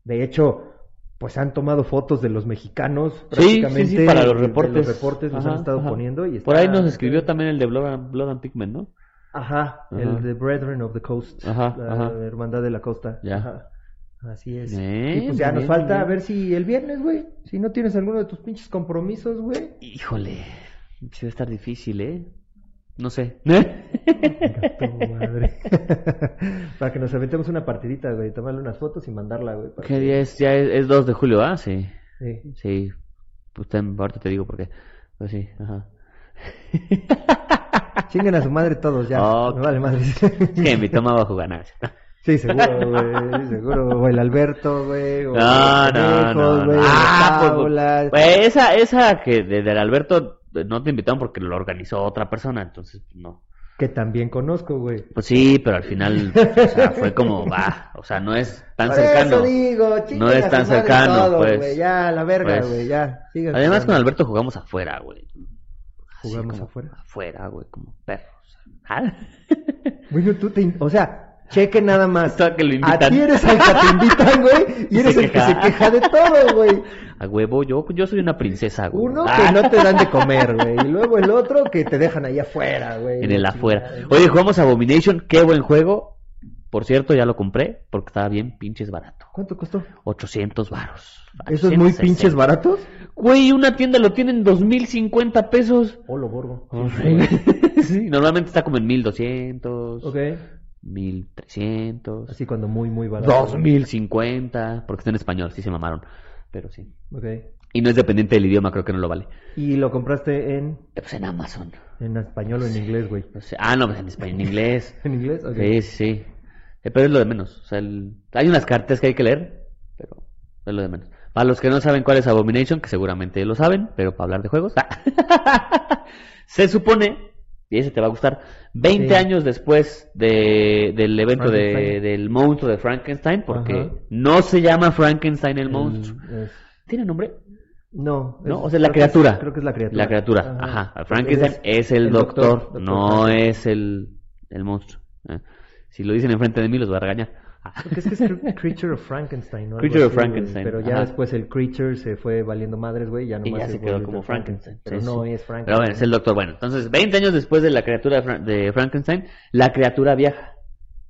Speaker 1: De hecho, pues han tomado fotos de los mexicanos.
Speaker 2: Sí,
Speaker 1: prácticamente,
Speaker 2: sí, sí, para
Speaker 1: de
Speaker 2: los
Speaker 1: Los
Speaker 2: reportes.
Speaker 1: reportes los
Speaker 2: Ajá,
Speaker 1: han estado
Speaker 2: ajá.
Speaker 1: poniendo. Y
Speaker 2: Por
Speaker 1: está-
Speaker 2: ahí nos escribió también el de Blood and, Blood and Pigment, ¿no?
Speaker 1: Ajá,
Speaker 2: Ajá.
Speaker 1: el de Brethren of the Coast.
Speaker 2: Ajá,
Speaker 1: la
Speaker 2: ajá.
Speaker 1: Hermandad de la Costa.
Speaker 2: Ya.
Speaker 1: Ajá. Así es.
Speaker 2: Bien,
Speaker 1: y pues ya
Speaker 2: bien,
Speaker 1: nos falta
Speaker 2: bien.
Speaker 1: a ver si el viernes, güey. Si no tienes alguno de tus pinches compromisos, güey.
Speaker 2: Híjole, se va a estar difícil, ¿eh? No sé.
Speaker 1: Venga, tu madre. para que nos aventemos una partidita, güey, tomarle unas fotos y mandarla, güey. para
Speaker 2: ¿Qué
Speaker 1: que-
Speaker 2: día es? Ya es, es 2 de julio, ¿ah? Sí.
Speaker 1: Sí.
Speaker 2: Sí. Pues ten- ahorita te digo por qué. Pero sí, ajá.
Speaker 1: Chinguen a su madre todos ya.
Speaker 2: Ok.
Speaker 1: Me vale madre.
Speaker 2: Es que mi toma va a jugar nada.
Speaker 1: sí, seguro, güey. Seguro. O el Alberto, güey. O
Speaker 2: No,
Speaker 1: los conejos,
Speaker 2: no, no. no.
Speaker 1: güey,
Speaker 2: Ah,
Speaker 1: las
Speaker 2: pues,
Speaker 1: tablas.
Speaker 2: pues, esa, esa que de, del Alberto eh, no te invitaron porque lo organizó otra persona, entonces no.
Speaker 1: Que también conozco, güey.
Speaker 2: Pues sí, pero al final o sea, fue como va, o sea, no es tan
Speaker 1: Por
Speaker 2: cercano.
Speaker 1: eso digo, chinguen
Speaker 2: No es
Speaker 1: a su
Speaker 2: tan
Speaker 1: madre
Speaker 2: cercano,
Speaker 1: todos,
Speaker 2: pues.
Speaker 1: güey, Ya, la verga,
Speaker 2: Pues.
Speaker 1: güey. Ya. Sigan
Speaker 2: Además con
Speaker 1: jugando.
Speaker 2: Alberto jugamos afuera, güey. Así
Speaker 1: ¿Jugamos
Speaker 2: como
Speaker 1: afuera?
Speaker 2: Afuera, güey, como perros. Ah.
Speaker 1: Bueno, tú te. in- O sea. Cheque nada más.
Speaker 2: Todo que lo
Speaker 1: A
Speaker 2: invitan.
Speaker 1: ti eres el que te invitan, güey, y
Speaker 2: Y
Speaker 1: eres
Speaker 2: se
Speaker 1: el que se
Speaker 2: queja.
Speaker 1: queja de todo, güey.
Speaker 2: A huevo, yo, yo soy una princesa, güey.
Speaker 1: Uno
Speaker 2: Ah,
Speaker 1: que no te dan de comer, güey. Y luego el otro que te dejan ahí afuera, güey.
Speaker 2: En el
Speaker 1: La
Speaker 2: afuera.
Speaker 1: chingada.
Speaker 2: Oye, jugamos Abomination, qué buen juego. Por cierto, ya lo compré porque estaba bien pinches barato.
Speaker 1: ¿Cuánto costó?
Speaker 2: 800 varos.
Speaker 1: ¿Esos muy
Speaker 2: 860.
Speaker 1: pinches baratos?
Speaker 2: Güey, una tienda lo tienen 2050 pesos.
Speaker 1: Olo, borgo.
Speaker 2: sí, normalmente está como en 1200,
Speaker 1: Ok.
Speaker 2: 1300,
Speaker 1: Así cuando muy, muy barato.
Speaker 2: 2050, porque está en español, sí se mamaron, pero sí.
Speaker 1: Ok.
Speaker 2: Y no es dependiente del idioma, creo que no lo vale.
Speaker 1: ¿Y lo compraste en,
Speaker 2: Eh, Pues en Amazon.
Speaker 1: en español o en inglés, güey?
Speaker 2: No sé. Ah, no, pues en español, en inglés.
Speaker 1: ¿En inglés? Ok.
Speaker 2: Sí, sí, sí. Eh, Pero es lo de menos. O sea, el- hay unas cartas que hay que leer, pero es lo de menos. Para los que no saben cuál es Abomination, que seguramente lo saben, pero para hablar de juegos, ah. se supone, y ese te va a gustar, 20
Speaker 1: Sí.
Speaker 2: años después de- del evento de,
Speaker 1: Frankenstein.
Speaker 2: del monstruo de Frankenstein, porque
Speaker 1: Ajá.
Speaker 2: no se llama Frankenstein el monstruo.
Speaker 1: Mm, es-
Speaker 2: ¿Tiene nombre?
Speaker 1: No,
Speaker 2: No,
Speaker 1: es-
Speaker 2: o sea, la
Speaker 1: creo que es-
Speaker 2: criatura.
Speaker 1: creo que es la criatura.
Speaker 2: La criatura, ajá. Frankenstein
Speaker 1: Porque
Speaker 2: es, el, doctor, no
Speaker 1: Frankenstein.
Speaker 2: es el, el monstruo. Eh, Si lo dicen enfrente de mí, los voy a regañar. Ah.
Speaker 1: Porque es que es cr- Creature of Frankenstein, ¿no? Algo
Speaker 2: Creature of
Speaker 1: güey,
Speaker 2: Frankenstein,
Speaker 1: Pero ya
Speaker 2: ajá.
Speaker 1: después el Creature se fue valiendo madres, güey, ya
Speaker 2: Y
Speaker 1: nomás
Speaker 2: ya se
Speaker 1: volvió
Speaker 2: quedó como Frankenstein.
Speaker 1: Pero
Speaker 2: Sí,
Speaker 1: no
Speaker 2: sí.
Speaker 1: es Frankenstein.
Speaker 2: Pero bueno, es el doctor. Bueno, entonces, 20 años después de la criatura de, Fra- de Frankenstein, la criatura viaja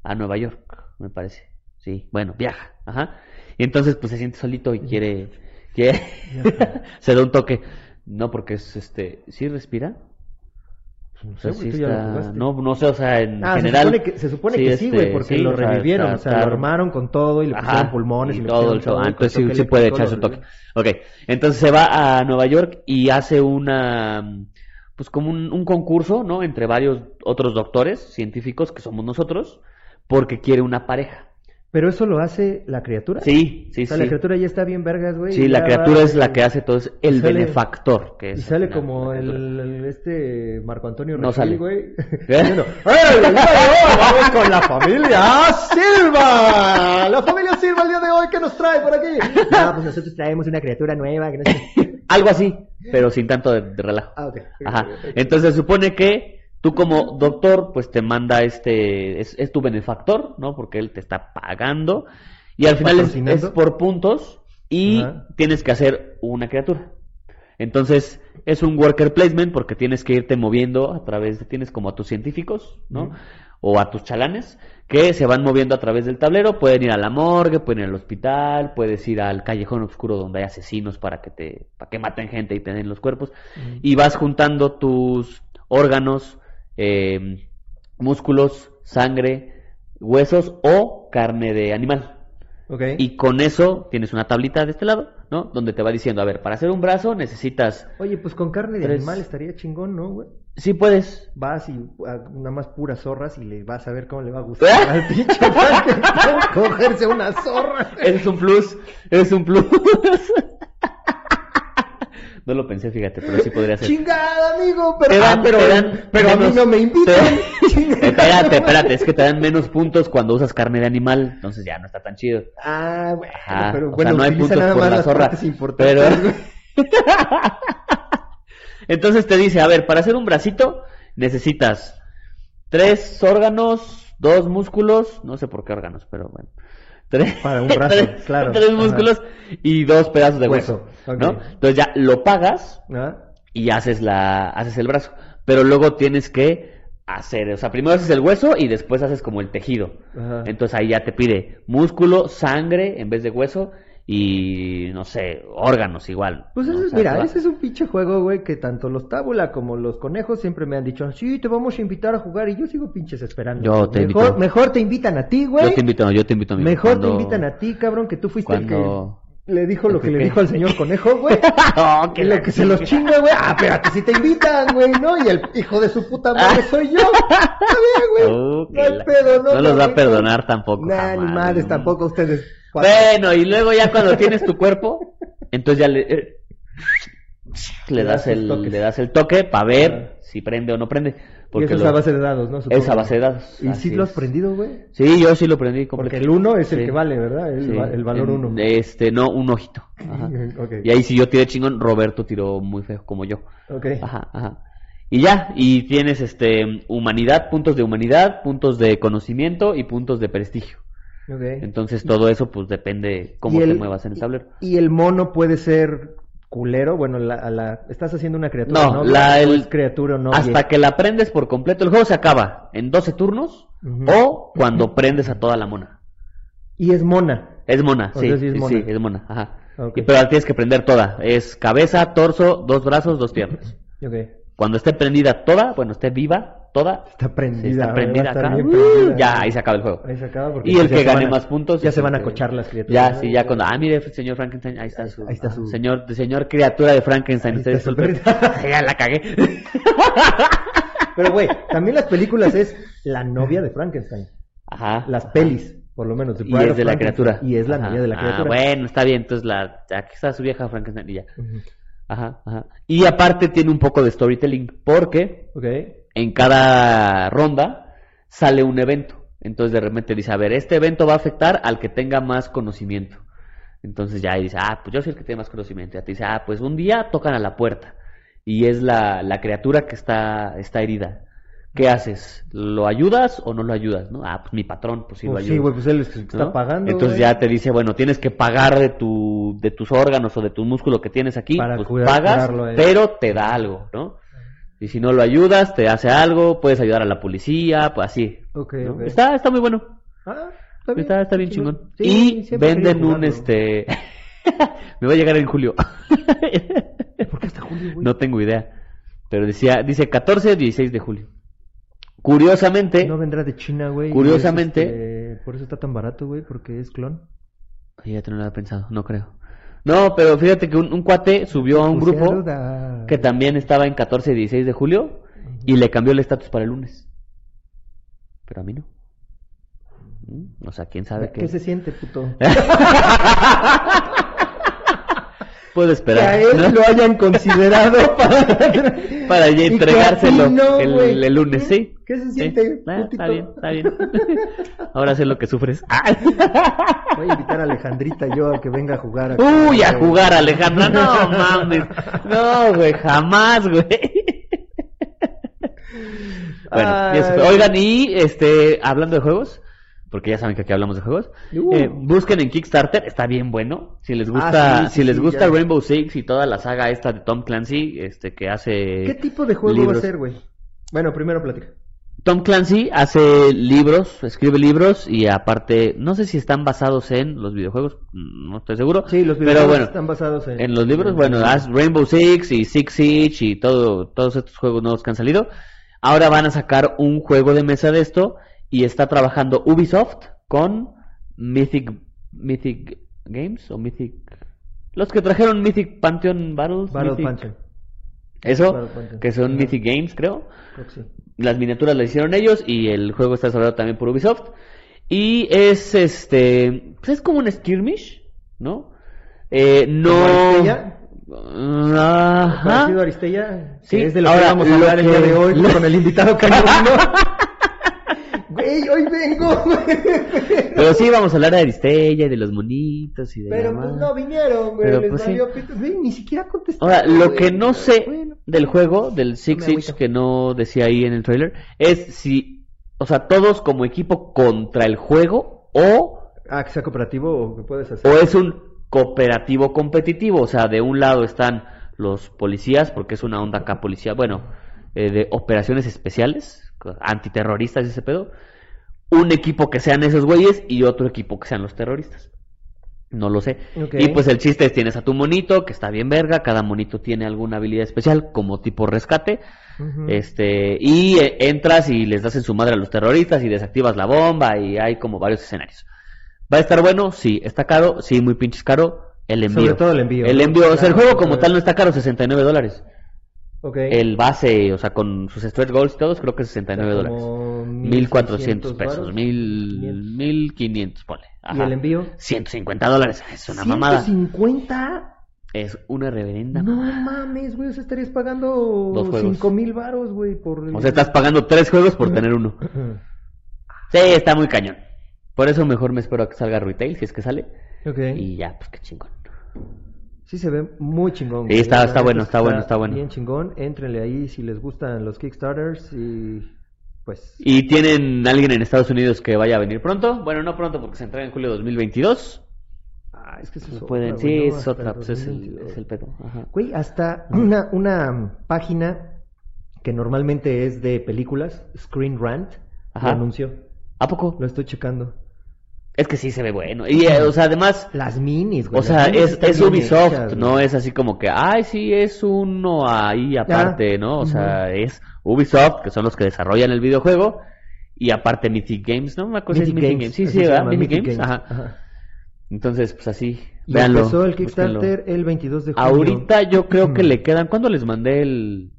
Speaker 2: a Nueva York, me parece. Sí, bueno, viaja. Ajá. Y entonces, pues se siente solito y quiere. quiere se da un toque. No, porque es este. ¿Sí respira?
Speaker 1: No
Speaker 2: O sea,
Speaker 1: sé, güey,
Speaker 2: pues
Speaker 1: tú
Speaker 2: sí
Speaker 1: ya lo
Speaker 2: está-
Speaker 1: jugaste.
Speaker 2: No, no sé, o sea, en
Speaker 1: Ah,
Speaker 2: general.
Speaker 1: se supone que, se supone que sí, güey,
Speaker 2: este,
Speaker 1: porque
Speaker 2: sí,
Speaker 1: lo
Speaker 2: o sea,
Speaker 1: revivieron,
Speaker 2: está-
Speaker 1: o sea,
Speaker 2: está-
Speaker 1: lo armaron con todo y le pusieron
Speaker 2: Ajá,
Speaker 1: pulmones y,
Speaker 2: y
Speaker 1: le
Speaker 2: todo
Speaker 1: pusieron
Speaker 2: el show. Ah,
Speaker 1: con
Speaker 2: entonces sí,
Speaker 1: toque
Speaker 2: sí puede
Speaker 1: eléctrico,
Speaker 2: echarse un
Speaker 1: lo
Speaker 2: toque. Ok, entonces se va a Nueva York y hace una, mm, pues como un, un concurso, ¿no? Entre varios otros doctores científicos que somos nosotros, porque quiere una pareja.
Speaker 1: Pero eso lo hace la criatura.
Speaker 2: Sí, sí,
Speaker 1: O sea,
Speaker 2: sí.
Speaker 1: la criatura ya está bien vergas, güey.
Speaker 2: Sí,
Speaker 1: y
Speaker 2: la
Speaker 1: ya
Speaker 2: criatura
Speaker 1: va
Speaker 2: es la
Speaker 1: y-
Speaker 2: que hace todo, es el
Speaker 1: y sale-
Speaker 2: benefactor. Que
Speaker 1: Y
Speaker 2: es
Speaker 1: sale
Speaker 2: al final,
Speaker 1: como
Speaker 2: la
Speaker 1: el,
Speaker 2: criatura.
Speaker 1: el- este Marco Antonio
Speaker 2: No
Speaker 1: Regil,
Speaker 2: sale.
Speaker 1: güey.
Speaker 2: ¿Qué?
Speaker 1: diciendo, ¡Ey, el día de hoy vamos con la familia Silva! La familia Silva el día de hoy, ¿qué nos trae por aquí? No, pues nosotros traemos una criatura nueva que no sé-
Speaker 2: Algo así, pero sin tanto de, de relajo.
Speaker 1: Ah, ok.
Speaker 2: Ajá. Entonces se supone que tú como doctor, pues te manda este, es, es tu benefactor, ¿no? Porque él te está pagando. Y al final es, es
Speaker 1: Patrocinando.
Speaker 2: por puntos y
Speaker 1: Ajá.
Speaker 2: tienes que hacer una criatura. Entonces es un worker placement porque tienes que irte moviendo a través, de- tienes como a tus científicos, ¿no?
Speaker 1: Ujú.
Speaker 2: O a tus chalanes que se van moviendo a través del tablero, pueden ir a la morgue, pueden ir al hospital, puedes ir al callejón oscuro donde hay asesinos para que te, para que maten gente y te den los cuerpos y vas juntando tus órganos, eh, músculos, sangre, huesos o carne de animal.
Speaker 1: Ok.
Speaker 2: Y con eso tienes una tablita de este lado, ¿no? Donde te va diciendo, a ver, para hacer un brazo necesitas...
Speaker 1: Oye, pues con carne de
Speaker 2: Tres.
Speaker 1: animal estaría chingón, ¿no, güey?
Speaker 2: Sí puedes.
Speaker 1: Vas y ah, nada más puras zorras y le vas a ver cómo le va a
Speaker 2: ¿Eh?
Speaker 1: gustar al pinche Frankenstein cogerse una zorra.
Speaker 2: Ese es un plus, ese es un plus. No lo pensé, fíjate, pero sí podría ser.
Speaker 1: Chingada, amigo, pero, ah,
Speaker 2: Te dan-
Speaker 1: pero,
Speaker 2: te dan
Speaker 1: pero a mí
Speaker 2: menos-
Speaker 1: no me invitan.
Speaker 2: te- Espérate, espérate, es que te dan menos puntos cuando usas carne de animal, entonces ya no está tan chido.
Speaker 1: Ah, bueno,
Speaker 2: Ajá,
Speaker 1: pero
Speaker 2: o
Speaker 1: bueno,
Speaker 2: sea, no hay
Speaker 1: utiliza
Speaker 2: puntos
Speaker 1: nada
Speaker 2: por
Speaker 1: más
Speaker 2: la
Speaker 1: las
Speaker 2: zorra.
Speaker 1: partes importantes,
Speaker 2: pero-
Speaker 1: güey.
Speaker 2: Entonces te dice, a ver, para hacer un bracito necesitas tres órganos, dos músculos, no sé por qué órganos, pero bueno. Tres,
Speaker 1: Para un brazo,
Speaker 2: tres-
Speaker 1: claro.
Speaker 2: Tres
Speaker 1: Ajá.
Speaker 2: músculos y dos pedazos de hueso,
Speaker 1: Hueso, ok.
Speaker 2: ¿no? Entonces ya lo pagas
Speaker 1: ¿Ah?
Speaker 2: y haces la haces el brazo, pero luego tienes que hacer, o sea, primero haces el hueso y después haces como el tejido.
Speaker 1: Ajá.
Speaker 2: Entonces ahí ya te pide músculo, sangre en vez de hueso y no sé, órganos igual.
Speaker 1: Pues
Speaker 2: ¿no?
Speaker 1: eso
Speaker 2: O
Speaker 1: es-
Speaker 2: sea, te
Speaker 1: mira,
Speaker 2: va-
Speaker 1: ese es un pinche juego, güey, que tanto los tábula como los conejos siempre me han dicho, sí, te vamos a invitar a jugar y yo sigo pinches esperando.
Speaker 2: Yo te
Speaker 1: mejor,
Speaker 2: invito.
Speaker 1: mejor te invitan a ti,
Speaker 2: Yo
Speaker 1: güey.
Speaker 2: te invito, yo te invito amigo.
Speaker 1: Mejor te
Speaker 2: Cuando-
Speaker 1: invitan a ti, cabrón, que tú fuiste
Speaker 2: cuando-
Speaker 1: el que le dijo lo que le
Speaker 2: ¿Qué?
Speaker 1: dijo al señor conejo, güey.
Speaker 2: Oh,
Speaker 1: Que
Speaker 2: que
Speaker 1: lo
Speaker 2: la-
Speaker 1: que se los chinga, güey. Ah, espérate, si te invitan, güey, ¿no? Y el hijo de su puta madre soy yo. Está bien, güey.
Speaker 2: Oh, que
Speaker 1: no hay
Speaker 2: la-
Speaker 1: pedo, no,
Speaker 2: no los va a
Speaker 1: güey.
Speaker 2: perdonar tampoco.
Speaker 1: Nah,
Speaker 2: jamás,
Speaker 1: ni madres,
Speaker 2: ¿no?
Speaker 1: tampoco ustedes.
Speaker 2: Bueno, y luego ya cuando tienes tu cuerpo, entonces ya le eh, le das
Speaker 1: sus
Speaker 2: el
Speaker 1: toques.
Speaker 2: le das el toque para ver
Speaker 1: Ah.
Speaker 2: si prende o no prende,
Speaker 1: Y
Speaker 2: porque
Speaker 1: eso es
Speaker 2: lo-
Speaker 1: a base de dados, ¿no? Supongo.
Speaker 2: es a base de dados.
Speaker 1: ¿Y
Speaker 2: así
Speaker 1: si lo has
Speaker 2: es.
Speaker 1: prendido, güey?
Speaker 2: Sí, yo sí lo prendí
Speaker 1: Porque
Speaker 2: completo.
Speaker 1: el uno es el
Speaker 2: Sí.
Speaker 1: que vale, ¿verdad? El,
Speaker 2: Sí.
Speaker 1: va- el valor
Speaker 2: En-
Speaker 1: uno.
Speaker 2: Este, no, un ojito. Ajá.
Speaker 1: Ok.
Speaker 2: Y ahí si yo tiré chingón, Roberto tiró muy feo como yo.
Speaker 1: Ok.
Speaker 2: Ajá, ajá. Y ya, y tienes este humanidad, puntos de humanidad, puntos de conocimiento y puntos de prestigio.
Speaker 1: ok.
Speaker 2: Entonces todo eso pues depende cómo
Speaker 1: Y
Speaker 2: te
Speaker 1: el-
Speaker 2: muevas en el tablero.
Speaker 1: Y el mono puede ser culero. Bueno, la, a la- estás haciendo una criatura.
Speaker 2: No, la-
Speaker 1: O
Speaker 2: el-
Speaker 1: es criatura o no.
Speaker 2: Hasta que la prendes por completo, el juego se acaba en 12 turnos
Speaker 1: Ujú.
Speaker 2: o cuando prendes a toda la mona.
Speaker 1: Y es mona.
Speaker 2: Es mona,
Speaker 1: O
Speaker 2: sí,
Speaker 1: sea, sí es
Speaker 2: sí,
Speaker 1: mona.
Speaker 2: sí, es mona, ajá.
Speaker 1: Ok.
Speaker 2: Y- pero la tienes que prender toda. Es cabeza, torso, dos brazos, dos piernas.
Speaker 1: Ok.
Speaker 2: Cuando esté prendida toda, bueno, esté viva toda,
Speaker 1: Está
Speaker 2: sí,
Speaker 1: prendida.
Speaker 2: está
Speaker 1: güey,
Speaker 2: prendida
Speaker 1: va a estar
Speaker 2: acá.
Speaker 1: bien
Speaker 2: ¡uh!
Speaker 1: prendida.
Speaker 2: ya, ahí se acaba el juego.
Speaker 1: Ahí se acaba porque pues
Speaker 2: Y el
Speaker 1: ya
Speaker 2: que
Speaker 1: se
Speaker 2: gane
Speaker 1: van a-
Speaker 2: más puntos.
Speaker 1: Ya se van a
Speaker 2: este,
Speaker 1: cochar las criaturas.
Speaker 2: Ya,
Speaker 1: ¿no?
Speaker 2: sí, ya cuando. Ah, mire, señor Frankenstein, ahí está su.
Speaker 1: Ahí está
Speaker 2: ah,
Speaker 1: su-
Speaker 2: Señor, señor criatura de Frankenstein.
Speaker 1: Ahí
Speaker 2: Usted
Speaker 1: está su
Speaker 2: disculpe. ya la cagué.
Speaker 1: Pero, güey, también las películas es la novia de Frankenstein.
Speaker 2: Ajá.
Speaker 1: Las pelis, por lo menos. The
Speaker 2: y
Speaker 1: Bride
Speaker 2: es
Speaker 1: of
Speaker 2: de la
Speaker 1: Frankenstein.
Speaker 2: criatura.
Speaker 1: Y es la
Speaker 2: Ajá.
Speaker 1: novia de la
Speaker 2: Ah,
Speaker 1: criatura.
Speaker 2: bueno, está bien. Entonces, la, aquí está su vieja Frankenstein y ya.
Speaker 1: Ujú.
Speaker 2: Ajá, ajá. Y aparte tiene un poco de storytelling, porque
Speaker 1: Ok.
Speaker 2: en cada ronda sale un evento. Entonces de repente dice, a ver, este evento va a afectar al que tenga más conocimiento. Entonces ya ahí dice, ah, pues yo soy el que tiene más conocimiento. Ya te dice, ah, pues un día tocan a la puerta y es la, la criatura que está, está herida. ¿Qué haces? ¿Lo ayudas o no lo ayudas? ¿No? Ah, pues mi patrón, pues sí lo
Speaker 1: Pues
Speaker 2: ayudo.
Speaker 1: sí, güey, pues él es el que está
Speaker 2: ¿no?
Speaker 1: pagando. güey.
Speaker 2: Entonces ya te dice, bueno, tienes que pagar de tu de tus órganos o de tu músculo que tienes aquí,
Speaker 1: Para
Speaker 2: pues
Speaker 1: cuidar-
Speaker 2: pagas,
Speaker 1: curarlo a él.
Speaker 2: pero te da algo, ¿no? Y si no lo ayudas, te hace algo, puedes ayudar a la policía, pues así.
Speaker 1: Ok,
Speaker 2: ¿no?
Speaker 1: ok.
Speaker 2: Está está muy bueno.
Speaker 1: Ah,
Speaker 2: Está, está bien chingón.
Speaker 1: Sí,
Speaker 2: y
Speaker 1: siempre he querido
Speaker 2: venden un
Speaker 1: jugarlo.
Speaker 2: este me va a llegar en julio.
Speaker 1: ¿Por qué hasta julio, güey?
Speaker 2: no tengo idea. Pero decía dice 14 16 de julio. Curiosamente,
Speaker 1: No vendrá de China, güey.
Speaker 2: Curiosamente-
Speaker 1: Es, este, por eso está tan barato, güey, porque es clon.
Speaker 2: fíjate, no lo había pensado, no creo. No, pero fíjate que un, un cuate subió a un
Speaker 1: Puse
Speaker 2: grupo
Speaker 1: duda.
Speaker 2: que también estaba en 14 y 16 de julio y le cambió el estatus para el lunes. Pero a mí no. Mm, O sea, quién sabe
Speaker 1: ¿Qué
Speaker 2: qué.
Speaker 1: se siente, puto?
Speaker 2: Puedo
Speaker 1: Que a
Speaker 2: esperar.
Speaker 1: él
Speaker 2: ¿no?
Speaker 1: lo hayan considerado para...
Speaker 2: Para ya
Speaker 1: Y que a ti
Speaker 2: entregárselo
Speaker 1: no,
Speaker 2: el,
Speaker 1: güey.
Speaker 2: el lunes, sí.
Speaker 1: ¿Qué se
Speaker 2: Sí.
Speaker 1: siente,
Speaker 2: Ah, está
Speaker 1: putito?
Speaker 2: bien, está bien. Ahora sé lo que sufres. Ah.
Speaker 1: Voy a invitar a Alejandrita yo a que venga a jugar. acá,
Speaker 2: Uy, a
Speaker 1: güey.
Speaker 2: jugar, Alejandra. No mames. No, güey, jamás, güey. Bueno, y eso fue.
Speaker 1: Ay.
Speaker 2: oigan, y este, hablando de juegos, porque ya saben que aquí hablamos de juegos,
Speaker 1: Uh.
Speaker 2: eh, busquen en Kickstarter, está bien bueno. Si les gusta,
Speaker 1: Ah, sí, sí,
Speaker 2: si les
Speaker 1: sí,
Speaker 2: gusta
Speaker 1: ya.
Speaker 2: Rainbow Six y toda la saga esta de Tom Clancy, este que hace
Speaker 1: ¿Qué tipo de juego va
Speaker 2: libros.
Speaker 1: a ser, güey? Bueno, primero platica.
Speaker 2: Tom Clancy hace libros, escribe libros y aparte, no sé si están basados en los videojuegos, mm, no estoy seguro.
Speaker 1: Sí, los
Speaker 2: pero
Speaker 1: videojuegos
Speaker 2: bueno,
Speaker 1: están basados en...
Speaker 2: En los libros,
Speaker 1: en-
Speaker 2: bueno, haz Rainbow Six y Six Siege y todo, todos estos juegos nuevos que han salido. Ahora van a sacar un juego de mesa de esto y está trabajando Ubisoft con Mythic, Mythic Games o Mythic... Los que trajeron Mythic Pantheon Battles.
Speaker 1: Battle
Speaker 2: Mythic-
Speaker 1: Pantheon.
Speaker 2: Eso,
Speaker 1: Battle Pantheon.
Speaker 2: que son
Speaker 1: Ajá.
Speaker 2: Mythic Games, creo
Speaker 1: Creo que sí.
Speaker 2: las miniaturas las hicieron ellos y el juego está desarrollado también por Ubisoft. Y es este. pues es como un skirmish, ¿no? Eh,
Speaker 1: ¿Como
Speaker 2: no.
Speaker 1: Aristella?
Speaker 2: Ajá.
Speaker 1: Parecido a Aristella,
Speaker 2: Sí,
Speaker 1: que es de lo
Speaker 2: ahora,
Speaker 1: que vamos a
Speaker 2: lo
Speaker 1: hablar el día
Speaker 2: que-
Speaker 1: de hoy pues,
Speaker 2: lo-
Speaker 1: con el invitado que no vino. Güey, hoy vengo, güey.
Speaker 2: Pero sí, vamos a hablar de Aristella y de los monitos y de. la
Speaker 1: Pero pues
Speaker 2: madre.
Speaker 1: no vinieron, güey.
Speaker 2: Pero,
Speaker 1: Les
Speaker 2: pues, sí.
Speaker 1: valió pito. Güey, ni siquiera contestaron.
Speaker 2: Ahora, lo
Speaker 1: güey.
Speaker 2: que no sé
Speaker 1: Bueno.
Speaker 2: del juego, del Six
Speaker 1: me
Speaker 2: Siege
Speaker 1: agüito.
Speaker 2: que no decía ahí en el trailer, es si. O sea, todos como equipo contra el juego o
Speaker 1: Ah, que sea cooperativo o que puedes hacer.
Speaker 2: o es un cooperativo competitivo, o sea, de un lado están los policías, porque es una onda acá policía, bueno, eh, de operaciones especiales, co- antiterroristas y ese pedo, un equipo que sean esos güeyes y otro equipo que sean los terroristas. No lo sé.
Speaker 1: Ok.
Speaker 2: Y pues el chiste es, tienes a tu monito, que está bien verga, cada monito tiene alguna habilidad especial, como tipo rescate,
Speaker 1: Ujú.
Speaker 2: este, y eh, entras y les das en su madre a los terroristas y desactivas la bomba y hay como varios escenarios. ¿Va a estar bueno? Sí. ¿Está caro? Sí, muy pinches caro. El envío.
Speaker 1: Sobre todo el envío.
Speaker 2: El envío. o sea,
Speaker 1: Claro,
Speaker 2: el juego
Speaker 1: sobre
Speaker 2: como
Speaker 1: todo.
Speaker 2: tal no está caro, 69 dólares.
Speaker 1: Ok.
Speaker 2: El base, o sea, con sus stretch goals y todos, creo que es 69 dólares.
Speaker 1: Como
Speaker 2: 1400
Speaker 1: 1.600
Speaker 2: pesos.
Speaker 1: varos.
Speaker 2: 1000, 1500, ponle.
Speaker 1: ¿Y
Speaker 2: Ajá.
Speaker 1: el envío?
Speaker 2: 150 dólares. Es una mamada.
Speaker 1: 150
Speaker 2: Es una reverenda.
Speaker 1: No
Speaker 2: mamada.
Speaker 1: mames, güey, o sea, estarías
Speaker 2: Dos
Speaker 1: pagando
Speaker 2: juegos.
Speaker 1: cinco mil varos, güey, por... el-
Speaker 2: O sea, estás pagando tres juegos por tener uno. Sí, está muy cañón. Por eso mejor me espero a que salga Retail, si es que sale.
Speaker 1: Ok.
Speaker 2: Y ya, pues qué chingón.
Speaker 1: Sí se ve muy chingón.
Speaker 2: Sí,
Speaker 1: güey,
Speaker 2: está-
Speaker 1: la
Speaker 2: está
Speaker 1: neta
Speaker 2: bueno,
Speaker 1: es que
Speaker 2: está bueno, está bueno.
Speaker 1: Bien chingón, éntrenle ahí si les gustan los Kickstarters y pues...
Speaker 2: ¿Y tienen alguien en Estados Unidos que vaya a venir pronto? Bueno, no pronto porque se entrega en julio de 2022.
Speaker 1: Ah, es que eso
Speaker 2: Pues
Speaker 1: es
Speaker 2: pueden,
Speaker 1: otra,
Speaker 2: sí,
Speaker 1: güey, ¿no?
Speaker 2: es
Speaker 1: Hasta
Speaker 2: otra, pues es el,
Speaker 1: 2022.
Speaker 2: es el pedo. Ajá.
Speaker 1: Güey, hasta una, una página que normalmente es de películas, Screen Rant,
Speaker 2: Ajá.
Speaker 1: lo anunció.
Speaker 2: ¿A poco?
Speaker 1: Lo estoy checando.
Speaker 2: Es que sí se ve bueno. Y, eh, o sea, además,
Speaker 1: Las minis, güey.
Speaker 2: o
Speaker 1: Pues las
Speaker 2: sea,
Speaker 1: minis
Speaker 2: es,
Speaker 1: están
Speaker 2: es
Speaker 1: bien
Speaker 2: Ubisoft,
Speaker 1: hechas, güey.
Speaker 2: no es así como que, ay, sí, es uno ahí aparte, ¿no? O sea, es Ubisoft, que son los que desarrollan el videojuego, y aparte Mythic Games, ¿no? Una cosa es
Speaker 1: Mythic
Speaker 2: Mythic Games.
Speaker 1: Games,
Speaker 2: Sí,
Speaker 1: así
Speaker 2: sí,
Speaker 1: se
Speaker 2: ¿verdad?
Speaker 1: llama,
Speaker 2: Mythic
Speaker 1: Mythic
Speaker 2: Games,
Speaker 1: Games.
Speaker 2: ajá.
Speaker 1: Ajá.
Speaker 2: Entonces, pues así,
Speaker 1: Y
Speaker 2: véanlo,
Speaker 1: empezó el
Speaker 2: búsquenlo.
Speaker 1: Kickstarter el 22 de junio.
Speaker 2: Ahorita yo creo que
Speaker 1: Mm.
Speaker 2: le quedan. ¿Cuándo les mandé el.?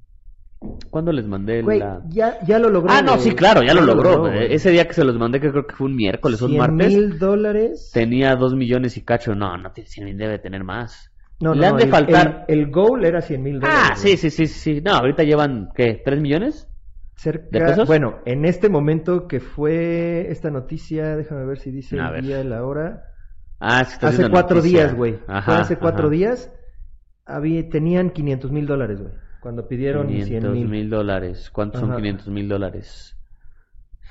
Speaker 2: ¿Cuándo les mandé el.?
Speaker 1: Güey,
Speaker 2: la-
Speaker 1: ya, ya lo logró.
Speaker 2: Ah, no,
Speaker 1: güey.
Speaker 2: sí, claro, ya lo logró. güey.
Speaker 1: güey.
Speaker 2: Ese día que se los mandé, que creo que fue un miércoles, un
Speaker 1: 100
Speaker 2: martes,
Speaker 1: mil dólares.
Speaker 2: tenía dos millones y cacho. No, no tiene 100 mil, debe tener más.
Speaker 1: No, no,
Speaker 2: le han
Speaker 1: no,
Speaker 2: de
Speaker 1: el-
Speaker 2: faltar-
Speaker 1: El, el goal era 100 mil dólares.
Speaker 2: Ah, sí, sí, sí, sí. No, ahorita llevan, ¿qué? ¿Tres millones?
Speaker 1: Cerca,
Speaker 2: ¿De pesos?
Speaker 1: Bueno, en este momento que fue esta noticia, déjame ver si dice
Speaker 2: A
Speaker 1: el
Speaker 2: ver.
Speaker 1: día, la hora.
Speaker 2: Ah, sí, está
Speaker 1: Hace
Speaker 2: haciendo
Speaker 1: cuatro
Speaker 2: noticia.
Speaker 1: días, güey. Fue
Speaker 2: Ajá,
Speaker 1: hace cuatro
Speaker 2: ajá.
Speaker 1: días. Había, tenían 500 mil dólares, güey. Cuando pidieron 100
Speaker 2: 500
Speaker 1: mil.
Speaker 2: mil dólares. ¿Cuántos son
Speaker 1: Ajá.
Speaker 2: 500 mil dólares?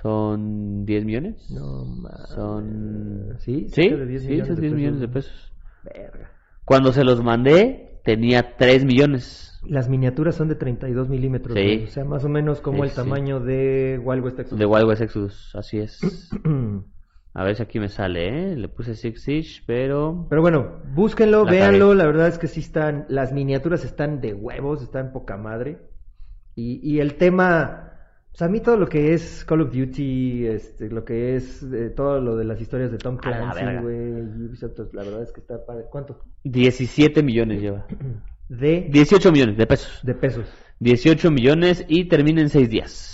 Speaker 2: ¿Son 10 millones?
Speaker 1: No, mames.
Speaker 2: Son.
Speaker 1: Sí,
Speaker 2: sí,
Speaker 1: cerca de 10
Speaker 2: sí,
Speaker 1: millones
Speaker 2: son
Speaker 1: de
Speaker 2: 10
Speaker 1: pesos,
Speaker 2: millones de
Speaker 1: güey.
Speaker 2: pesos.
Speaker 1: Verga.
Speaker 2: Cuando se los mandé, tenía 3 millones
Speaker 1: Las miniaturas son de 32 milímetros.
Speaker 2: Sí.
Speaker 1: güey. O sea, más o menos como
Speaker 2: Sí,
Speaker 1: el
Speaker 2: sí.
Speaker 1: tamaño de Wild West Texas.
Speaker 2: de Wild West Exodus. Así es. A ver si aquí me sale, ¿eh? Le puse Six Siege, pero.
Speaker 1: Pero bueno, búsquenlo,
Speaker 2: La
Speaker 1: véanlo. La verdad es que sí están. Las miniaturas están de huevos, están poca madre. Y, y el tema. Pues a mí todo lo que es Call of Duty, este, lo que es eh, todo lo de las historias de Tom
Speaker 2: A la
Speaker 1: Clancy,
Speaker 2: verga.
Speaker 1: güey, y Ubisoft, pues, la verdad es que está padre. ¿Cuánto?
Speaker 2: 17 millones lleva.
Speaker 1: De,
Speaker 2: 18 millones de pesos.
Speaker 1: de pesos.
Speaker 2: 18 millones y termina en 6 días.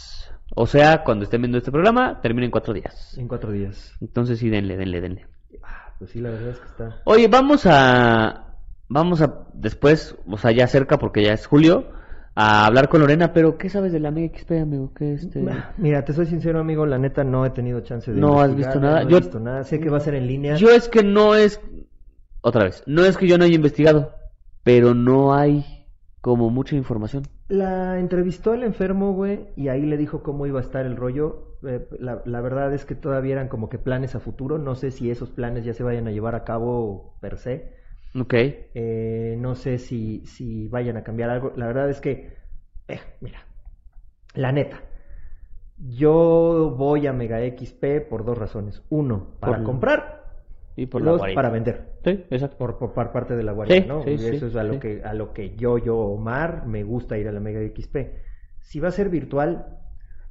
Speaker 2: O sea, cuando estén viendo este programa, termina en cuatro días.
Speaker 1: En cuatro días.
Speaker 2: Entonces sí, denle, denle, denle.
Speaker 1: Ah, Pues sí, la verdad es que está.
Speaker 2: Oye, vamos a. Vamos a. Después, o sea, ya cerca, porque ya es julio, a hablar con Lorena, pero ¿qué sabes de la MX? amigo, ¿qué este.?
Speaker 1: Mira, te soy sincero, amigo, la neta no he tenido chance de.
Speaker 2: No has
Speaker 1: investigar,
Speaker 2: visto nada.
Speaker 1: No he
Speaker 2: Yo-
Speaker 1: visto nada. Sé que va a ser en línea.
Speaker 2: Yo es que no es. Otra vez, no es que yo no haya investigado, pero no hay como mucha información.
Speaker 1: La entrevistó el enfermo, güey, y ahí le dijo cómo iba a estar el rollo. Eh, la, la verdad es que todavía eran como que planes a futuro. No sé si esos planes ya se vayan a llevar a cabo per se.
Speaker 2: Ok.
Speaker 1: Eh, no sé si, si vayan a cambiar algo. La verdad es que, eh, mira, la neta. Yo voy a Mega XP por dos razones. Uno, para
Speaker 2: Por-
Speaker 1: comprar.
Speaker 2: Y por
Speaker 1: y
Speaker 2: la
Speaker 1: dos,
Speaker 2: guarida.
Speaker 1: para vender.
Speaker 2: Sí, exacto.
Speaker 1: Por, por par- parte de la guardia,
Speaker 2: Sí,
Speaker 1: ¿no?
Speaker 2: sí,
Speaker 1: y eso
Speaker 2: sí,
Speaker 1: es a lo,
Speaker 2: sí.
Speaker 1: que, a lo que yo, yo, Omar, me gusta ir a la Mega XP. Si va a ser virtual,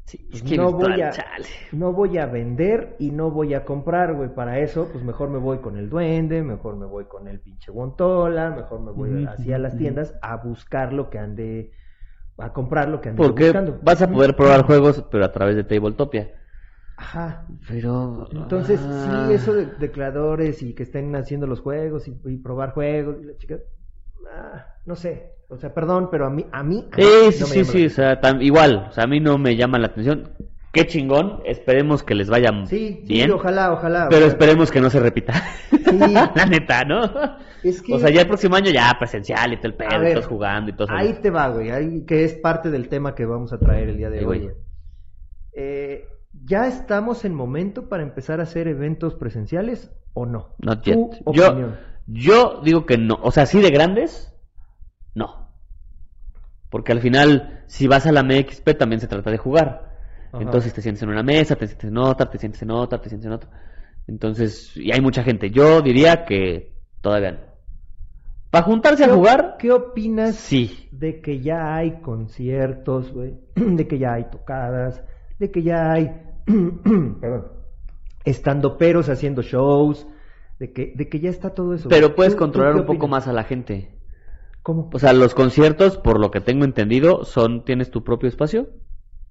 Speaker 2: Sí, pues es
Speaker 1: no
Speaker 2: virtual,
Speaker 1: voy a-
Speaker 2: chale.
Speaker 1: no voy a vender y no voy a comprar, güey. Para eso, pues mejor me voy con el duende, mejor me voy con el pinche guantola, mejor me voy
Speaker 2: Ujú,
Speaker 1: hacia las
Speaker 2: ujú.
Speaker 1: tiendas a buscar lo que ande, a comprar lo que ande
Speaker 2: Porque
Speaker 1: buscando.
Speaker 2: vas a poder probar juegos, pero a través de Tabletopia.
Speaker 1: Ajá.
Speaker 2: Pero.
Speaker 1: Entonces,
Speaker 2: Ah.
Speaker 1: sí, eso de declaradores y que estén haciendo los juegos y, y probar juegos, y la chica, ah, no sé. O sea, perdón, pero a mí, a mí. a mí no
Speaker 2: Sí, sí,
Speaker 1: me llama la
Speaker 2: sí, sí, o sea, tam- igual, o sea, a mí no me llama la atención. Qué chingón, esperemos que les vaya
Speaker 1: Sí, sí,
Speaker 2: bien,
Speaker 1: ojalá, ojalá.
Speaker 2: pero
Speaker 1: o sea,
Speaker 2: esperemos que no se repita.
Speaker 1: Sí.
Speaker 2: la neta, ¿no?
Speaker 1: Es que-
Speaker 2: O sea, ya el próximo año ya presencial y todo el
Speaker 1: A
Speaker 2: pedo, y
Speaker 1: ver,
Speaker 2: todos jugando y todo eso.
Speaker 1: Ahí te va, güey, ahí, que es parte del tema que vamos a traer el día de
Speaker 2: Sí,
Speaker 1: hoy.
Speaker 2: güey.
Speaker 1: güey. Eh, ¿Ya estamos en momento para empezar a hacer eventos presenciales o no?
Speaker 2: Not
Speaker 1: Tu
Speaker 2: yet. Yo,
Speaker 1: opinión.
Speaker 2: yo digo que no. O sea, sí de grandes, no. Porque al final, si vas a la MXP, también se trata de jugar.
Speaker 1: Ajá.
Speaker 2: Entonces te sientes en una mesa, te sientes en otra, te sientes en otra, te sientes en otra. Entonces, y hay mucha gente. Yo diría que todavía no. Para juntarse a
Speaker 1: ¿Qué-
Speaker 2: jugar,
Speaker 1: ¿Qué opinas
Speaker 2: sí.
Speaker 1: de que ya hay conciertos, güey, de que ya hay tocadas, de que ya hay, perdón, estandoperos haciendo shows, de que, de que ya está todo eso.
Speaker 2: Pero
Speaker 1: güey?
Speaker 2: puedes
Speaker 1: ¿Tú- tú
Speaker 2: controlar
Speaker 1: qué
Speaker 2: un poco
Speaker 1: opinas?
Speaker 2: más a la gente.
Speaker 1: ¿Cómo?
Speaker 2: O sea, los conciertos, por lo que tengo entendido, son tienes tu propio espacio,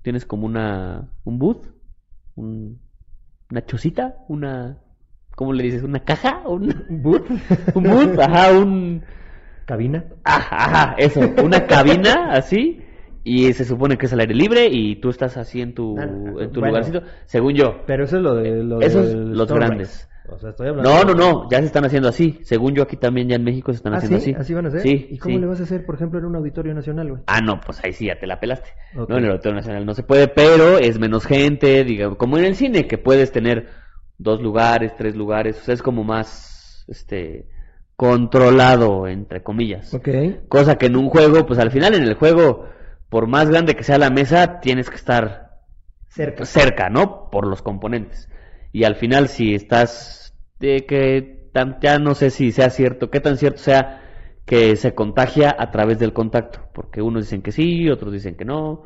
Speaker 2: tienes como una un booth, un- una chocita, una ¿cómo le dices? ¿Una caja? ¿Un,
Speaker 1: ¿Booth?
Speaker 2: un booth? Ajá, un
Speaker 1: ¿Cabina?
Speaker 2: ajá, ajá, eso, una cabina así y se supone que es al aire libre y tú estás así en tu
Speaker 1: Ah,
Speaker 2: en tu
Speaker 1: bueno.
Speaker 2: lugarcito, según yo.
Speaker 1: Pero eso es lo de lo
Speaker 2: Esos
Speaker 1: del
Speaker 2: los
Speaker 1: Stone
Speaker 2: grandes.
Speaker 1: Rocks. O sea, estoy hablando
Speaker 2: No, no, no, ya se están haciendo así. Según yo aquí también ya en México se están
Speaker 1: Ah,
Speaker 2: haciendo
Speaker 1: ¿sí?
Speaker 2: así.
Speaker 1: así van a ser.
Speaker 2: Sí.
Speaker 1: ¿Y cómo
Speaker 2: sí.
Speaker 1: le vas a hacer, por ejemplo, en un auditorio nacional, güey?
Speaker 2: Ah, no, pues ahí sí ya te la pelaste.
Speaker 1: Ok.
Speaker 2: No, en el Auditorio Nacional no se puede, pero es menos gente, digamos, como en el cine, que puedes tener dos lugares, tres lugares, o sea, es como más, este, controlado, entre comillas.
Speaker 1: Ok.
Speaker 2: Cosa que en un juego, pues al final en el juego, por más grande que sea la mesa, tienes que estar
Speaker 1: Cerca.
Speaker 2: cerca, ¿no? Por los componentes. Y al final, si estás de que tan- ya no sé si sea cierto, qué tan cierto sea que se contagia a través del contacto, porque unos dicen que sí, otros dicen que no. O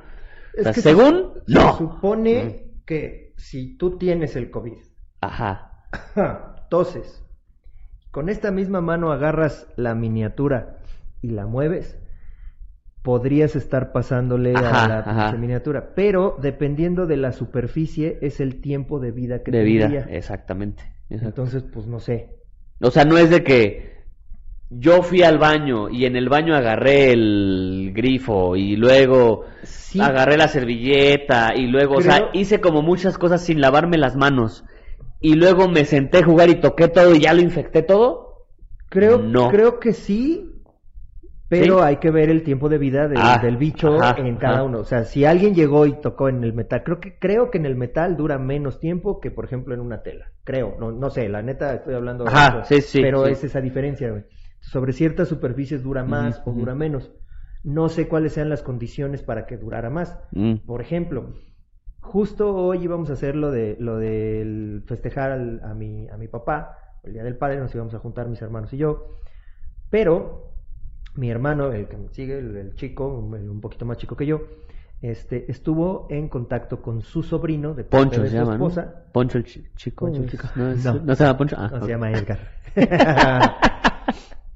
Speaker 2: sea,
Speaker 1: que se-
Speaker 2: según
Speaker 1: se
Speaker 2: no. Mm.
Speaker 1: supone que si tú tienes el COVID,
Speaker 2: Ajá.
Speaker 1: entonces, con esta misma mano agarras la miniatura y la mueves, podrías estar pasándole a
Speaker 2: Ajá,
Speaker 1: la
Speaker 2: ajá.
Speaker 1: pinche miniatura. Pero dependiendo de la superficie, es el tiempo de vida que
Speaker 2: De vida,
Speaker 1: tendría.
Speaker 2: exactamente. exacto.
Speaker 1: Entonces, pues no sé.
Speaker 2: O sea, no es de que yo fui al baño y en el baño agarré el grifo y luego
Speaker 1: Sí,
Speaker 2: agarré la servilleta y luego, o sea,
Speaker 1: Creo-
Speaker 2: hice como muchas cosas sin lavarme las manos y luego me senté a jugar y toqué todo y ya lo infecté todo.
Speaker 1: Creo,
Speaker 2: No.
Speaker 1: creo que sí, pero
Speaker 2: ¿Sí?
Speaker 1: hay que ver el tiempo de vida del-
Speaker 2: Ah,
Speaker 1: del bicho
Speaker 2: ajá,
Speaker 1: en cada
Speaker 2: ajá.
Speaker 1: uno. O sea, si alguien llegó y tocó en el metal, creo que creo que en el metal dura menos tiempo que, por ejemplo, en una tela. Creo, no, no sé, la neta estoy hablando.
Speaker 2: Ajá,
Speaker 1: güey,
Speaker 2: sí, sí,
Speaker 1: Pero
Speaker 2: sí.
Speaker 1: es esa diferencia, güey. Sobre ciertas superficies dura más
Speaker 2: Ujú,
Speaker 1: o dura
Speaker 2: ujú.
Speaker 1: menos. No sé cuáles sean las condiciones para que durara más.
Speaker 2: Mm.
Speaker 1: Por ejemplo, justo hoy íbamos a hacer lo de lo del festejar al- a mi a mi papá, el día del padre, nos íbamos a juntar mis hermanos y yo. Pero mi hermano, el que me sigue, el, el chico, un, el un poquito más chico que yo, este estuvo en contacto con su sobrino de parte
Speaker 2: Poncho
Speaker 1: de
Speaker 2: se
Speaker 1: su
Speaker 2: llama, ¿no?
Speaker 1: esposa.
Speaker 2: Poncho el chi- chico.
Speaker 1: Poncho el
Speaker 2: es-
Speaker 1: chico.
Speaker 2: No, es-
Speaker 1: No.
Speaker 2: ¿no se llama Poncho. Ah,
Speaker 1: No,
Speaker 2: ok.
Speaker 1: se llama Edgar.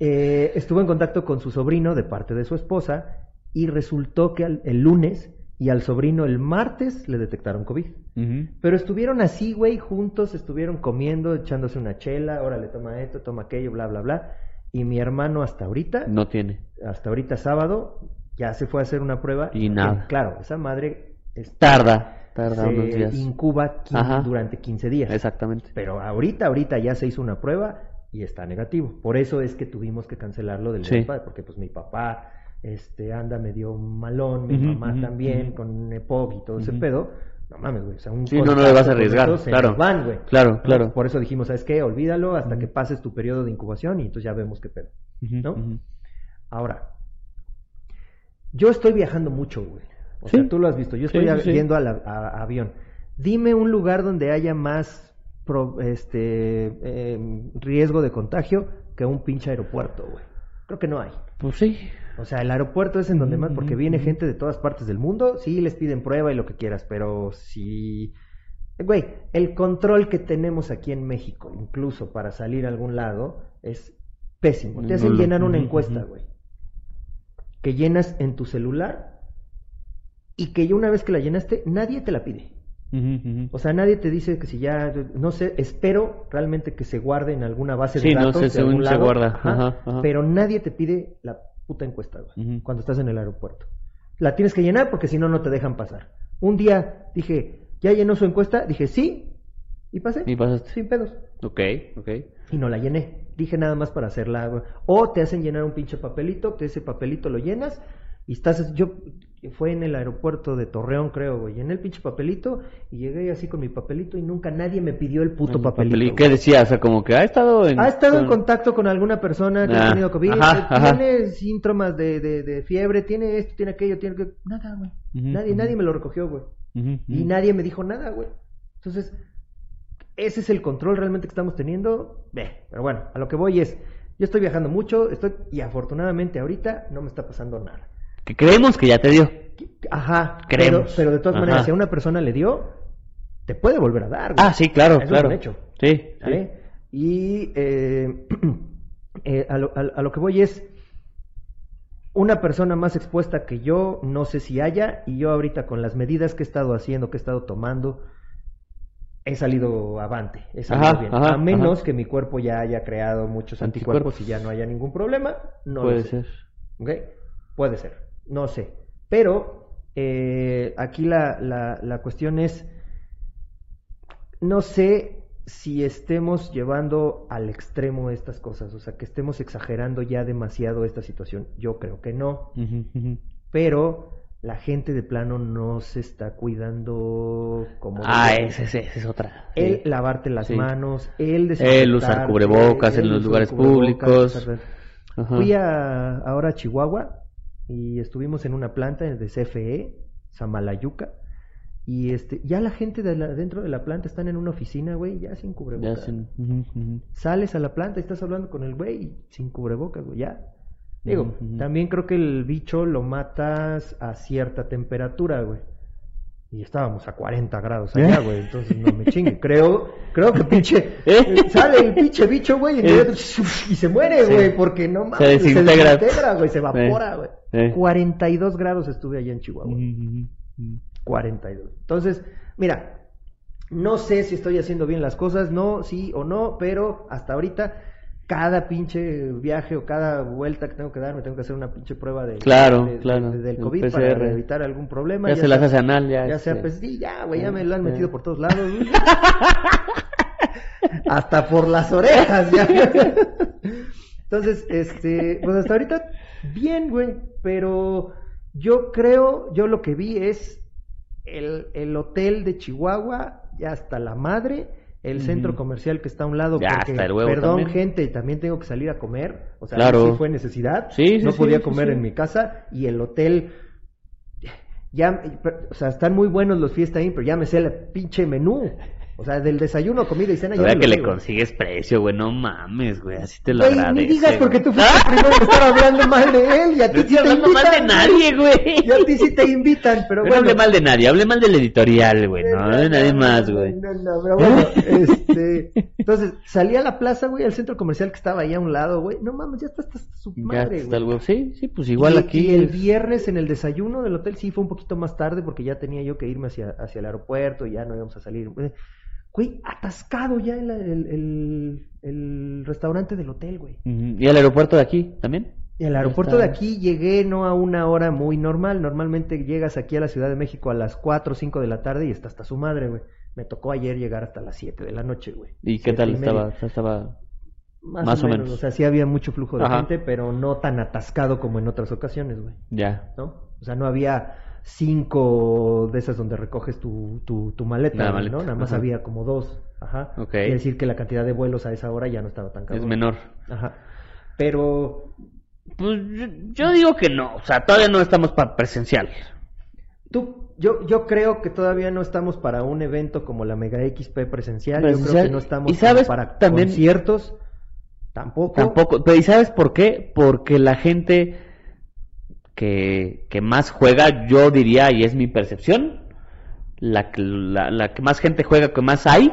Speaker 1: Eh, estuvo en contacto con su sobrino de parte de su esposa y resultó que al- el lunes y al sobrino el martes le detectaron COVID.
Speaker 2: Ujú.
Speaker 1: Pero estuvieron así, güey, juntos, estuvieron comiendo, echándose una chela, órale, toma esto, toma aquello, bla, bla, bla. Y mi hermano hasta ahorita,
Speaker 2: No tiene.
Speaker 1: hasta ahorita sábado, ya se fue a hacer una prueba.
Speaker 2: Y nada.
Speaker 1: Claro, esa madre es-
Speaker 2: Tarda, tarda
Speaker 1: se
Speaker 2: unos días.
Speaker 1: incuba quin-
Speaker 2: Ajá.
Speaker 1: durante 15 días.
Speaker 2: Exactamente.
Speaker 1: Pero ahorita, ahorita ya se hizo una prueba y está negativo. Por eso es que tuvimos que cancelarlo del
Speaker 2: Sí.
Speaker 1: Día del Padre, porque pues mi papá este, anda medio malón, mi
Speaker 2: Ujú,
Speaker 1: mamá
Speaker 2: ujú,
Speaker 1: también,
Speaker 2: ujú.
Speaker 1: con EPOC y todo ese
Speaker 2: Ujú.
Speaker 1: pedo. No mames, güey. O sea, un
Speaker 2: Sí, no, no le vas
Speaker 1: contacto
Speaker 2: a
Speaker 1: con
Speaker 2: arriesgar,
Speaker 1: estos se
Speaker 2: claro.
Speaker 1: nos van, güey.
Speaker 2: Claro,
Speaker 1: ¿No?
Speaker 2: claro.
Speaker 1: Por eso dijimos, ¿sabes qué? Olvídalo hasta
Speaker 2: Ujú.
Speaker 1: que pases tu periodo de incubación y entonces ya vemos qué pedo. ¿no? Ahora, yo estoy viajando mucho, güey. O
Speaker 2: Sí.
Speaker 1: sea, tú lo has visto. Yo
Speaker 2: Sí,
Speaker 1: estoy a-
Speaker 2: sí, sí.
Speaker 1: yendo al a- a- avión. Dime un lugar donde haya más pro- este, em, riesgo de contagio que un pinche aeropuerto, güey. Creo que no hay.
Speaker 2: Pues sí.
Speaker 1: O sea, el aeropuerto es en donde
Speaker 2: Ujú,
Speaker 1: más, porque
Speaker 2: ujú,
Speaker 1: viene
Speaker 2: ujú.
Speaker 1: gente de todas partes del mundo, sí les piden prueba y lo que quieras, pero sí. Güey, el control que tenemos aquí en México, incluso para salir a algún lado, es pésimo. Te hacen
Speaker 2: Nulo.
Speaker 1: llenar una
Speaker 2: Ujú,
Speaker 1: encuesta,
Speaker 2: ujú.
Speaker 1: güey. Que llenas en tu celular y que ya una vez que la llenaste, nadie te la pide.
Speaker 2: Ujú, ujú.
Speaker 1: O sea, nadie te dice que si ya, no sé, espero realmente que se guarde en alguna base de
Speaker 2: Sí, no
Speaker 1: datos.
Speaker 2: sé,
Speaker 1: de
Speaker 2: según
Speaker 1: algún
Speaker 2: se
Speaker 1: lado.
Speaker 2: guarda.
Speaker 1: Ajá.
Speaker 2: Ajá, ajá.
Speaker 1: Pero nadie te pide la puta encuesta, güey,
Speaker 2: Ujú.
Speaker 1: cuando estás en el aeropuerto. La tienes que llenar porque si no, no te dejan pasar. Un día dije, ¿ya llenó su encuesta? Dije, sí, y pasé.
Speaker 2: Y pasaste.
Speaker 1: Sin pedos.
Speaker 2: Ok, ok.
Speaker 1: Y no la llené. Dije nada más para hacerla. güey. O te hacen llenar un pinche papelito, que ese papelito lo llenas y estás. Yo fue en el aeropuerto de Torreón, creo, güey. Llené el pinche papelito y llegué así con mi papelito y nunca nadie me pidió el puto
Speaker 2: El
Speaker 1: papelito.
Speaker 2: papel- ¿Y
Speaker 1: güey.
Speaker 2: qué decía? O sea, como que ha estado en...
Speaker 1: ¿Ha estado en
Speaker 2: con-
Speaker 1: contacto con alguna persona que ha
Speaker 2: Ah,
Speaker 1: tenido COVID?
Speaker 2: ajá,
Speaker 1: Eh,
Speaker 2: ajá.
Speaker 1: ¿Tiene síntomas de, de- de fiebre? ¿Tiene esto? ¿Tiene aquello? ¿Tiene que... Nada, güey.
Speaker 2: Ujú,
Speaker 1: Nadie,
Speaker 2: ujú.
Speaker 1: nadie me lo recogió, güey.
Speaker 2: Ujú, ujú.
Speaker 1: Y nadie me dijo nada, güey. Entonces, ese es el control realmente que estamos teniendo. Ve, pero bueno, a lo que voy es, yo estoy viajando mucho, estoy y afortunadamente ahorita no me está pasando nada.
Speaker 2: Que creemos que ya te dio.
Speaker 1: Ajá,
Speaker 2: Creemos.
Speaker 1: Pero, pero de todas
Speaker 2: Ajá.
Speaker 1: maneras, si a una persona le dio, te puede volver a dar, güey.
Speaker 2: Ah, sí, claro,
Speaker 1: Eso es
Speaker 2: claro.
Speaker 1: un hecho.
Speaker 2: Sí, sí.
Speaker 1: ¿Sale? Y eh, eh, a, lo, a- a lo que voy es una persona más expuesta que yo, no sé si haya, y yo ahorita con las medidas que he estado haciendo, que he estado tomando, he salido avante, he salido
Speaker 2: Ajá,
Speaker 1: bien.
Speaker 2: ajá,
Speaker 1: a menos
Speaker 2: ajá.
Speaker 1: que mi cuerpo ya haya creado muchos anticuerpos,
Speaker 2: Anticuerpos.
Speaker 1: y ya no haya ningún problema, no lo
Speaker 2: Puede
Speaker 1: sé.
Speaker 2: ser.
Speaker 1: ¿Ok? Puede ser, no sé. Pero eh, aquí la, la- la cuestión es, no sé si estemos llevando al extremo estas cosas, o sea, que estemos exagerando ya demasiado esta situación. Yo creo que no,
Speaker 2: Ujú, ujú.
Speaker 1: pero la gente de plano no se está cuidando como...
Speaker 2: Ah,
Speaker 1: debería.
Speaker 2: esa esa- esa es otra. Sí.
Speaker 1: El lavarte las
Speaker 2: Sí.
Speaker 1: manos, el
Speaker 2: El usar
Speaker 1: desinfectarte,
Speaker 2: cubrebocas en
Speaker 1: el
Speaker 2: los
Speaker 1: usar
Speaker 2: lugares
Speaker 1: cubrebocas,
Speaker 2: públicos.
Speaker 1: exactamente.
Speaker 2: Ajá.
Speaker 1: Fui a, ahora a Chihuahua y estuvimos en una planta de CFE, Samalayuca, y este, ya la gente de la- dentro de la planta están en una oficina, güey, ya sin
Speaker 2: Ya
Speaker 1: cubrebocas.
Speaker 2: hacen- ujú, ujú.
Speaker 1: Sales a la planta y estás hablando con el güey y sin cubrebocas, güey, ya. Digo,
Speaker 2: Ujú, ujú.
Speaker 1: también creo que el bicho lo matas a cierta temperatura, güey. Y estábamos a 40 grados allá, güey, entonces no me chingue. Creo, creo que pinche,
Speaker 2: ¿Eh?
Speaker 1: sale el pinche bicho, güey, y,
Speaker 2: Eh.
Speaker 1: y se muere,
Speaker 2: Sí.
Speaker 1: güey, porque no mames.
Speaker 2: desintegra.
Speaker 1: Se desintegra, güey, se evapora,
Speaker 2: Eh.
Speaker 1: güey.
Speaker 2: Eh.
Speaker 1: 42 grados estuve allá en Chihuahua.
Speaker 2: Ujú, ujú, ujú.
Speaker 1: 42. Entonces, mira, no sé si estoy haciendo bien las cosas, no, sí o no, pero hasta ahorita cada pinche viaje o cada vuelta que tengo que dar me tengo que hacer una pinche prueba de,
Speaker 2: Claro,
Speaker 1: de- de-
Speaker 2: claro,
Speaker 1: de- del
Speaker 2: el
Speaker 1: COVID
Speaker 2: PCR.
Speaker 1: para evitar algún problema.
Speaker 2: Ya se las
Speaker 1: sea-
Speaker 2: hace anal, ya.
Speaker 1: Ya sea,
Speaker 2: este.
Speaker 1: pues sí, ya, güey, ya
Speaker 2: eh,
Speaker 1: me lo han
Speaker 2: eh.
Speaker 1: metido por todos lados. güey. hasta por las orejas, ya. Entonces, este, pues hasta ahorita, bien, güey, pero yo creo, yo lo que vi es el, el hotel de Chihuahua, ya hasta la madre, el
Speaker 2: Ujú.
Speaker 1: centro comercial que está a un lado,
Speaker 2: Ya
Speaker 1: porque,
Speaker 2: hasta el huevo
Speaker 1: perdón,
Speaker 2: también.
Speaker 1: gente, también tengo que salir a comer, o sea,
Speaker 2: Claro.
Speaker 1: sí fue necesidad,
Speaker 2: Sí, sí,
Speaker 1: no
Speaker 2: sí,
Speaker 1: podía
Speaker 2: sí,
Speaker 1: comer
Speaker 2: sí.
Speaker 1: en mi casa, y el hotel, ya, o sea, están muy buenos los fiesta ahí, pero ya me sé el pinche menú. O sea, del desayuno, comida y cena ya
Speaker 2: Todavía
Speaker 1: me
Speaker 2: que
Speaker 1: lo
Speaker 2: le
Speaker 1: digo.
Speaker 2: consigues precio, güey. No mames, güey. Así te lo
Speaker 1: Güey,
Speaker 2: agradece.
Speaker 1: ni digas
Speaker 2: güey.
Speaker 1: porque tú fuiste el primero en estar hablando mal de él y a
Speaker 2: No
Speaker 1: ti sí
Speaker 2: estoy
Speaker 1: te
Speaker 2: hablando mal de
Speaker 1: invitan.
Speaker 2: nadie, güey.
Speaker 1: Y a ti sí te invitan, pero
Speaker 2: No
Speaker 1: bueno.
Speaker 2: hablé mal de nadie. Hablé mal del editorial, güey. No, de nadie más, güey.
Speaker 1: No, no, pero bueno, este, entonces salí a la plaza, güey, al centro comercial que estaba ahí a un lado, güey. No mames, ya está hasta su
Speaker 2: Ya
Speaker 1: madre,
Speaker 2: está el
Speaker 1: güey.
Speaker 2: huevo. Sí, sí, pues igual
Speaker 1: Y-
Speaker 2: aquí.
Speaker 1: Y el
Speaker 2: es-
Speaker 1: viernes en el desayuno del hotel sí fue un poquito más tarde porque ya tenía yo que irme hacia, hacia el aeropuerto y ya no íbamos a salir. Güey, Güey, atascado ya el, el, el- el restaurante del hotel, güey.
Speaker 2: Ujú. ¿Y el aeropuerto de aquí también?
Speaker 1: Y al aeropuerto
Speaker 2: Está-
Speaker 1: de aquí llegué no a una hora muy normal. Normalmente llegas aquí a la Ciudad de México a las 4 o 5 de la tarde y está hasta su madre, güey. Me tocó ayer llegar hasta las 7 de la noche, güey.
Speaker 2: ¿Y qué tal
Speaker 1: Siete y media.
Speaker 2: estaba? Estaba.
Speaker 1: Más,
Speaker 2: Más
Speaker 1: o,
Speaker 2: o
Speaker 1: menos.
Speaker 2: menos.
Speaker 1: O sea, sí había mucho flujo de
Speaker 2: Ajá.
Speaker 1: gente, pero no tan atascado como en otras ocasiones, güey.
Speaker 2: Ya.
Speaker 1: ¿No? O sea, no había cinco de esas donde recoges tu, tu, tu maleta,
Speaker 2: Nada,
Speaker 1: güey, ¿no?
Speaker 2: maleta.
Speaker 1: Nada más
Speaker 2: Ajá.
Speaker 1: había como dos. Ajá.
Speaker 2: Ok.
Speaker 1: Quiere decir que la cantidad de vuelos a esa hora ya no estaba tan
Speaker 2: Es
Speaker 1: cabrón.
Speaker 2: menor.
Speaker 1: Ajá. Pero
Speaker 2: Pues yo, yo digo que no. O sea, todavía no estamos para presencial.
Speaker 1: Tú, yo, yo creo que todavía no estamos para un evento como la Mega XP presencial. Yo creo
Speaker 2: Presencial.
Speaker 1: que no estamos
Speaker 2: ¿Y sabes?
Speaker 1: para
Speaker 2: También-
Speaker 1: conciertos. Tampoco.
Speaker 2: Tampoco. Pero ¿y sabes por qué? Porque la gente que, que más juega, yo diría, y es mi percepción, la, que- la, la que más gente juega, que más hay,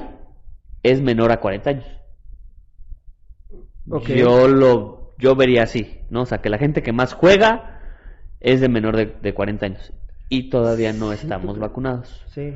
Speaker 2: es menor a 40 años.
Speaker 1: Ok.
Speaker 2: Yo lo yo vería así, ¿no? O sea, que la gente que más juega es de menor de, de 40 años y todavía no
Speaker 1: Sí, tú
Speaker 2: estamos
Speaker 1: crees.
Speaker 2: vacunados.
Speaker 1: Sí.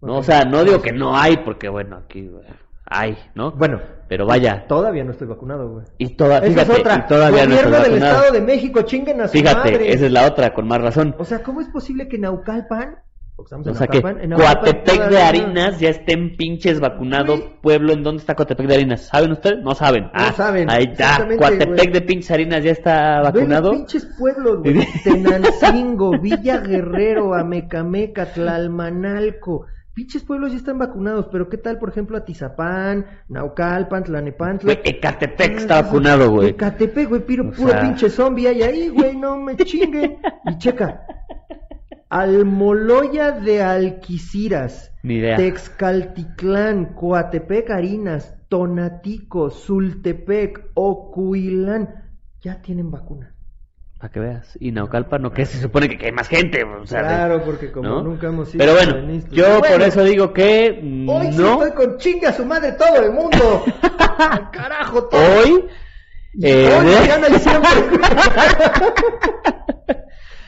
Speaker 2: ¿no?
Speaker 1: Ok.
Speaker 2: O sea, no digo que no hay porque bueno, aquí bueno, hay, ¿no?
Speaker 1: Bueno,
Speaker 2: pero vaya.
Speaker 1: todavía no estoy vacunado, güey.
Speaker 2: Y toda,
Speaker 1: Esa
Speaker 2: fíjate,
Speaker 1: es otra.
Speaker 2: y todavía no
Speaker 1: Gobierno
Speaker 2: estamos
Speaker 1: del
Speaker 2: vacunados.
Speaker 1: Estado de México, chinguen a su
Speaker 2: Fíjate,
Speaker 1: madre.
Speaker 2: esa es la otra con más razón.
Speaker 1: O sea, ¿cómo es posible que en Naucalpan... porque estamos en
Speaker 2: O sea que
Speaker 1: Naucalpan, en Naucalpan
Speaker 2: Coatepec de
Speaker 1: todavía no-
Speaker 2: Harinas ya estén pinches vacunados.
Speaker 1: Güey.
Speaker 2: Pueblo, ¿en dónde está Coatepec de Harinas? ¿Saben ustedes? No saben. ah,
Speaker 1: saben,
Speaker 2: Ahí está.
Speaker 1: exactamente, güey.
Speaker 2: Coatepec de pinches Harinas ya está
Speaker 1: Ve los
Speaker 2: vacunado.
Speaker 1: pinches pueblos, güey. Tenancingo, Villa Guerrero, Amecameca, Tlalmanalco. Pinches pueblos ya están vacunados, pero ¿qué tal, por ejemplo, Atizapán, Naucalpan, Tlanepantla?
Speaker 2: Güey, Ecatepec está vacunado, güey.
Speaker 1: Ah, Ecatepec, güey, pero
Speaker 2: O
Speaker 1: puro
Speaker 2: sea.
Speaker 1: pinche zombie hay ahí, güey, no me chingue. Y checa. Almoloya de Alquiciras.
Speaker 2: Ni idea.
Speaker 1: Texcaltitlán, Coatepec, Harinas, Tonatico, Zultepec, Ocuilán, ya tienen vacuna.
Speaker 2: Para que veas. Y Naucalpan, ¿no? Que se supone que, que hay más gente. o sea, de-
Speaker 1: Claro, porque como
Speaker 2: ¿no?
Speaker 1: nunca hemos sido
Speaker 2: Pero bueno,
Speaker 1: modernistas.
Speaker 2: yo
Speaker 1: Bueno,
Speaker 2: por eso digo que mm,
Speaker 1: Hoy sí
Speaker 2: no.
Speaker 1: estoy con chinga a su madre todo el mundo. Al carajo, todo.
Speaker 2: Hoy. eh,
Speaker 1: Hoy, mañana y siempre.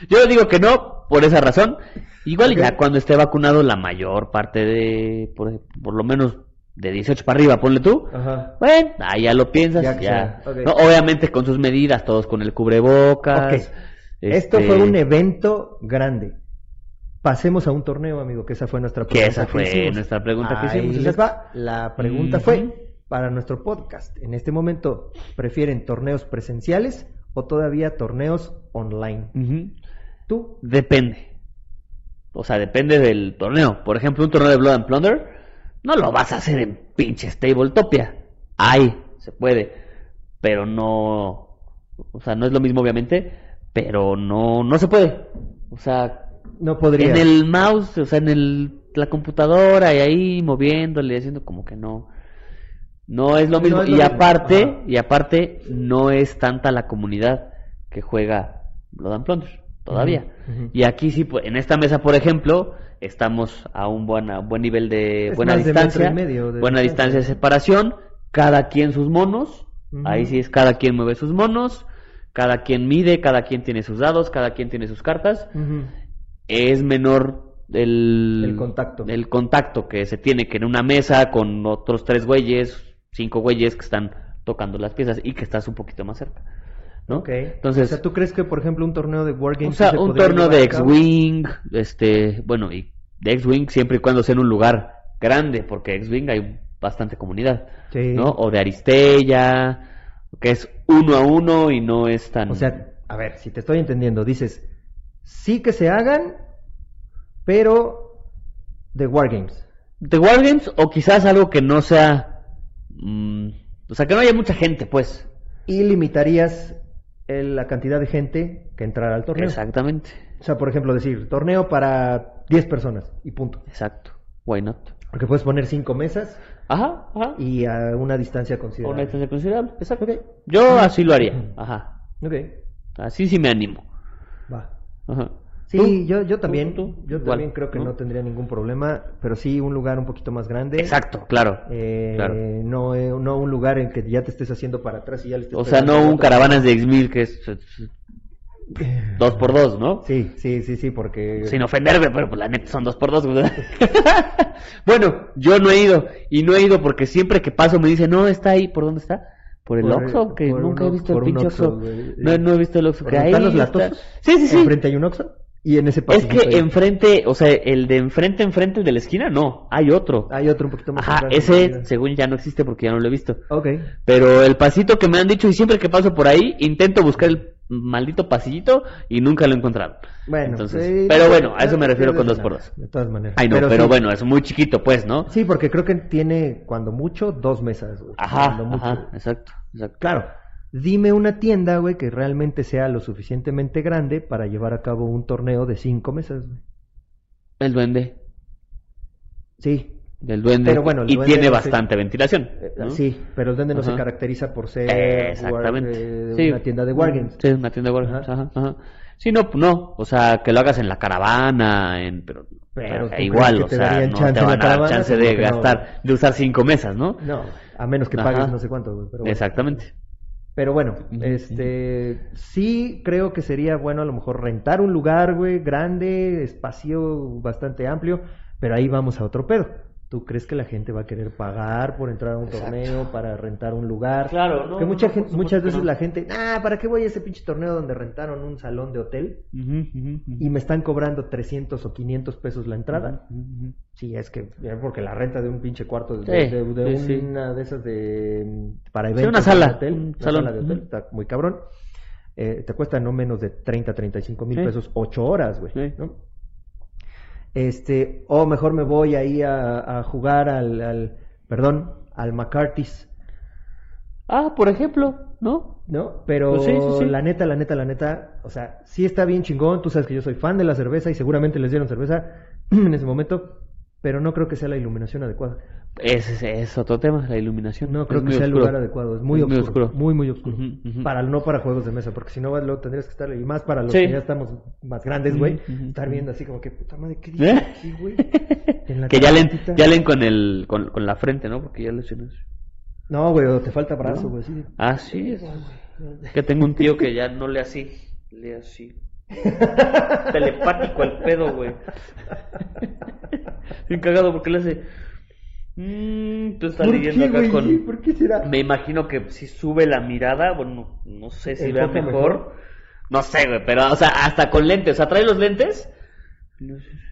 Speaker 2: yo digo que no, por esa razón. Igual y
Speaker 1: Ok.
Speaker 2: ya cuando esté vacunado la mayor parte de, por, ej- por lo menos de 18 para arriba, ponle tú.
Speaker 1: Ajá.
Speaker 2: Bueno, ahí ya lo piensas.
Speaker 1: Ya
Speaker 2: Ya
Speaker 1: que sea, ok.
Speaker 2: No, obviamente con sus medidas, todos con el cubrebocas.
Speaker 1: Ok. Esto
Speaker 2: este,
Speaker 1: fue un evento grande. Pasemos a un torneo, amigo, que esa fue nuestra
Speaker 2: Que
Speaker 1: pregunta.
Speaker 2: esa fue
Speaker 1: hicimos.
Speaker 2: nuestra pregunta que
Speaker 1: Ahí
Speaker 2: hicimos.
Speaker 1: les va. La pregunta fue
Speaker 2: Ujú.
Speaker 1: para nuestro podcast. En este momento, ¿prefieren torneos presenciales o todavía torneos online?
Speaker 2: Ujú.
Speaker 1: Tú,
Speaker 2: Depende. O sea, depende del torneo. Por ejemplo, un torneo de Blood and Plunder no lo vas a hacer en pinches Tabletopia. Hay, se puede. Pero no. O sea, no es lo mismo, obviamente. Pero no, no se puede. O sea,
Speaker 1: no podrías.
Speaker 2: en el mouse, o sea, en el, la computadora y ahí moviéndole, haciendo como que no. No es lo
Speaker 1: No
Speaker 2: mismo.
Speaker 1: es lo
Speaker 2: y
Speaker 1: mismo,
Speaker 2: aparte,
Speaker 1: ajá.
Speaker 2: y aparte, no es tanta la comunidad que juega Blood and Plunder todavía.
Speaker 1: Ujú, ujú.
Speaker 2: Y aquí sí, pues, en esta mesa, por ejemplo, estamos a un buena- buen nivel de
Speaker 1: Es
Speaker 2: buena
Speaker 1: más de metro
Speaker 2: distancia,
Speaker 1: y medio de
Speaker 2: buena
Speaker 1: distancia.
Speaker 2: distancia de separación, cada quien sus monos.
Speaker 1: Ujú.
Speaker 2: Ahí sí es cada quien mueve sus monos, cada quien mide, cada quien tiene sus dados, cada quien tiene sus cartas
Speaker 1: Ujú.
Speaker 2: es menor el,
Speaker 1: El contacto.
Speaker 2: el contacto que se tiene que en una mesa con otros tres güeyes, cinco güeyes que están tocando las piezas y que estás un poquito más cerca. ¿no?
Speaker 1: Ok.
Speaker 2: Entonces,
Speaker 1: o sea, ¿tú crees que, por ejemplo, un torneo de Wargames...
Speaker 2: o sea,
Speaker 1: sí se
Speaker 2: un
Speaker 1: podría
Speaker 2: torneo
Speaker 1: llevar
Speaker 2: de
Speaker 1: a cabo?
Speaker 2: X-Wing, este, bueno, y de X-Wing siempre y cuando sea en un lugar grande, porque X-Wing hay bastante comunidad,
Speaker 1: Sí.
Speaker 2: ¿no? O de Aristella, que es uno a uno y no es tan...
Speaker 1: O sea, a ver, si te estoy entendiendo, dices, sí que se hagan, pero de Wargames.
Speaker 2: de Wargames o quizás algo que no sea. mm, o sea, que no haya mucha gente, pues.
Speaker 1: Y limitarías el- la cantidad de gente que entrará al torneo.
Speaker 2: Exactamente.
Speaker 1: O sea, por ejemplo, decir, torneo para 10 personas y punto.
Speaker 2: Exacto. Why not?
Speaker 1: Porque puedes poner cinco mesas
Speaker 2: Ajá, ajá.
Speaker 1: y a una distancia
Speaker 2: A Una
Speaker 1: considerable.
Speaker 2: distancia considerable, exacto.
Speaker 1: Ok.
Speaker 2: Yo así lo haría, ajá.
Speaker 1: Ok,
Speaker 2: Así sí me animo.
Speaker 1: va.
Speaker 2: Ajá.
Speaker 1: Sí,
Speaker 2: ¿Tú?
Speaker 1: yo, yo también,
Speaker 2: tú, tú?
Speaker 1: yo
Speaker 2: Igual,
Speaker 1: también creo que
Speaker 2: ¿no?
Speaker 1: ¿no? tendría ningún problema, pero sí un lugar un poquito más grande.
Speaker 2: Exacto, claro.
Speaker 1: Eh,
Speaker 2: claro.
Speaker 1: no, eh, no un lugar en que ya te estés haciendo para atrás y ya le estés
Speaker 2: O sea,
Speaker 1: pegando
Speaker 2: no
Speaker 1: al
Speaker 2: un
Speaker 1: otro.
Speaker 2: caravanas de X1000 que es eh, dos por dos, ¿no?
Speaker 1: Sí, sí, sí, sí, porque...
Speaker 2: Sin ofenderme, pero pues, la neta son dos por dos. güey. bueno, yo no he ido y no he ido porque siempre que paso me dicen, no, está ahí, ¿por dónde está? Por el
Speaker 1: Por-
Speaker 2: Oxxo, que
Speaker 1: por un
Speaker 2: nunca he
Speaker 1: Oxxo,
Speaker 2: visto el
Speaker 1: por un
Speaker 2: pinche
Speaker 1: Oxxo,
Speaker 2: Oxxo.
Speaker 1: güey.
Speaker 2: No, no he visto el Oxxo
Speaker 1: Por
Speaker 2: que
Speaker 1: donde
Speaker 2: hay.
Speaker 1: están los
Speaker 2: está-
Speaker 1: latosos,
Speaker 2: Sí, sí, sí.
Speaker 1: Enfrente hay un Oxxo y en ese
Speaker 2: Es
Speaker 1: pasito
Speaker 2: que
Speaker 1: hay-
Speaker 2: enfrente, o sea, el de enfrente, enfrente, el de la esquina, no, hay otro.
Speaker 1: hay otro un poquito más
Speaker 2: Ajá,
Speaker 1: grande.
Speaker 2: ese según ya no existe porque ya no lo he visto.
Speaker 1: Ok,
Speaker 2: Pero el pasito que me han dicho y siempre que paso por ahí intento buscar el maldito pasillito y nunca lo he encontrado.
Speaker 1: bueno.
Speaker 2: Entonces,
Speaker 1: eh,
Speaker 2: pero
Speaker 1: no-
Speaker 2: bueno, a eso
Speaker 1: no
Speaker 2: me
Speaker 1: te
Speaker 2: refiero con
Speaker 1: pierdes
Speaker 2: dos
Speaker 1: de
Speaker 2: por
Speaker 1: nada,
Speaker 2: dos.
Speaker 1: De todas maneras.
Speaker 2: Ay no, pero,
Speaker 1: sí,
Speaker 2: bueno, es muy chiquito pues, ¿no?
Speaker 1: Sí, porque creo que tiene, cuando mucho, dos mesas. güey,
Speaker 2: Ajá,
Speaker 1: cuando mucho.
Speaker 2: ajá, exacto, exacto.
Speaker 1: Claro, dime una tienda, güey, que realmente sea lo suficientemente grande para llevar a cabo un torneo de cinco mesas, güey.
Speaker 2: El duende,
Speaker 1: Sí,
Speaker 2: del duende.
Speaker 1: Pero bueno, el
Speaker 2: y
Speaker 1: duende
Speaker 2: tiene
Speaker 1: no sé.
Speaker 2: bastante ventilación.
Speaker 1: eh,
Speaker 2: ¿no?
Speaker 1: sí, pero el Duende no se
Speaker 2: Ajá.
Speaker 1: caracteriza por ser
Speaker 2: Eh,
Speaker 1: war-
Speaker 2: Exactamente.
Speaker 1: eh,
Speaker 2: Sí.
Speaker 1: una tienda de wargames.
Speaker 2: Sí, una tienda de wargames.
Speaker 1: Ajá.
Speaker 2: Ajá. Ajá, Sí, no, no. O sea, que lo hagas en la caravana, en, pero,
Speaker 1: Pero
Speaker 2: o sea,
Speaker 1: ¿tú
Speaker 2: igual,
Speaker 1: crees
Speaker 2: o
Speaker 1: que te
Speaker 2: sea,
Speaker 1: darían
Speaker 2: no
Speaker 1: chance
Speaker 2: te
Speaker 1: en la
Speaker 2: van a dar
Speaker 1: caravana?
Speaker 2: chance
Speaker 1: Seguro
Speaker 2: de
Speaker 1: que no.
Speaker 2: gastar, de usar cinco mesas, ¿no?
Speaker 1: No, a menos que
Speaker 2: Mm. Ajá.
Speaker 1: pagues no sé cuánto, güey. pero bueno.
Speaker 2: Exactamente.
Speaker 1: Pero bueno,
Speaker 2: Ujú.
Speaker 1: este sí creo que sería bueno a lo mejor rentar un lugar, güey, grande, espacio bastante amplio, pero ahí vamos a otro pedo. ¿Tú crees que la gente va a querer pagar por entrar a un
Speaker 2: Exacto.
Speaker 1: torneo, para rentar un lugar?
Speaker 2: Ah, Claro, no,
Speaker 1: Que mucha
Speaker 2: no,
Speaker 1: gente-
Speaker 2: por supuesto
Speaker 1: muchas
Speaker 2: que
Speaker 1: veces
Speaker 2: no.
Speaker 1: la gente, ah, ¿para qué voy a ese pinche torneo donde rentaron un salón de hotel
Speaker 2: Ujú, ujú, ujú.
Speaker 1: y me están cobrando 300 o 500 pesos la entrada?
Speaker 2: Ujú, ujú.
Speaker 1: Sí, es que es porque la renta de un pinche cuarto de,
Speaker 2: Sí,
Speaker 1: de- de
Speaker 2: sí, sí.
Speaker 1: una de esas de mm, para
Speaker 2: Sí,
Speaker 1: eventos
Speaker 2: una sala,
Speaker 1: de hotel,
Speaker 2: un
Speaker 1: una
Speaker 2: salón.
Speaker 1: sala de hotel,
Speaker 2: Ujú.
Speaker 1: está muy cabrón. Eh, te cuesta no menos de 30, 35 mil
Speaker 2: Sí.
Speaker 1: pesos, 8 horas, güey.
Speaker 2: Sí.
Speaker 1: ¿no? Este, o mejor me voy ahí a, a jugar al, al- perdón, al McCarthy's,
Speaker 2: Ah, por ejemplo, ¿no?
Speaker 1: ¿no? Pero
Speaker 2: Pues sí, sí, sí.
Speaker 1: la neta, la neta, la neta, o sea, sí está bien chingón. Tú sabes que yo soy fan de la cerveza y seguramente les dieron cerveza en ese momento, pero no creo que sea la iluminación adecuada.
Speaker 2: Ese es, es otro tema, la iluminación.
Speaker 1: No
Speaker 2: Es
Speaker 1: creo que
Speaker 2: muy
Speaker 1: sea el
Speaker 2: oscuro.
Speaker 1: lugar adecuado, es muy
Speaker 2: Es muy
Speaker 1: oscuro,
Speaker 2: oscuro.
Speaker 1: muy muy oscuro.
Speaker 2: Ujú, ujú.
Speaker 1: Para no para juegos de mesa, porque si no vas luego tendrías que estar y más para los
Speaker 2: Sí.
Speaker 1: que ya estamos más grandes, güey,
Speaker 2: Ujú, ujú,
Speaker 1: estar
Speaker 2: ujú.
Speaker 1: viendo así como que puta madre, ¿qué dice
Speaker 2: ¿Eh?
Speaker 1: aquí, güey? En la
Speaker 2: Que ya leen,
Speaker 1: tarjetita.
Speaker 2: ya leen con, el, con, con la frente, ¿no? Porque ya lo tienes.
Speaker 1: No, güey, o te falta brazo,
Speaker 2: No.
Speaker 1: güey, sí.
Speaker 2: Ah, sí. es- Que tengo un tío que ya no lee así. Lee así. Telepático al pedo, güey. Bien cagado porque le hace. Mmm, tú estás
Speaker 1: ¿Por
Speaker 2: leyendo
Speaker 1: qué,
Speaker 2: acá
Speaker 1: güey?
Speaker 2: con.
Speaker 1: ¿Por qué será?
Speaker 2: Me imagino que si sube la mirada, bueno, no sé si vea
Speaker 1: Enfoca
Speaker 2: mejor.
Speaker 1: mejor.
Speaker 2: No sé, güey, pero, o sea, hasta con lentes. O sea, trae los lentes.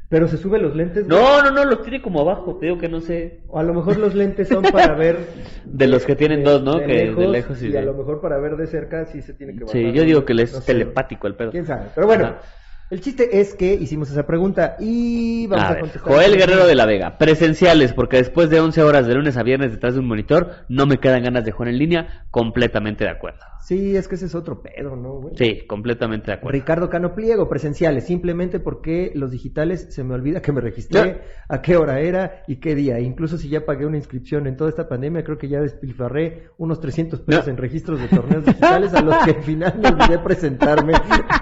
Speaker 1: Pero se suben los lentes, güey.
Speaker 2: No, no, no, los tiene como abajo. Te digo que no sé.
Speaker 1: O a lo mejor los lentes son para ver
Speaker 2: De los que tienen
Speaker 1: de-
Speaker 2: dos, ¿no?
Speaker 1: de
Speaker 2: que
Speaker 1: lejos,
Speaker 2: de lejos y,
Speaker 1: y
Speaker 2: de...
Speaker 1: a lo mejor para ver de cerca sí se tiene que bajar.
Speaker 2: Sí, yo digo que le es
Speaker 1: No sé, güey.
Speaker 2: telepático el pedo.
Speaker 1: Quién sabe. Pero bueno,
Speaker 2: Ajá.
Speaker 1: el chiste es que hicimos esa pregunta y vamos a,
Speaker 2: A ver,
Speaker 1: contestar.
Speaker 2: Joel Guerrero de la Vega, presenciales, porque después de 11 horas de lunes a viernes detrás de un monitor, no me quedan ganas de jugar en línea, completamente de acuerdo.
Speaker 1: Sí, es que ese es otro pedo, ¿no, güey?
Speaker 2: Sí, completamente de acuerdo.
Speaker 1: Ricardo Cano Pliego, presenciales, simplemente porque los digitales se me olvida que me registré,
Speaker 2: Ya.
Speaker 1: a qué hora era y qué día. Incluso si ya pagué una inscripción en toda esta pandemia, creo que ya despilfarré unos 300 pesos
Speaker 2: Ya.
Speaker 1: en registros de torneos digitales a los que al final me olvidé presentarme.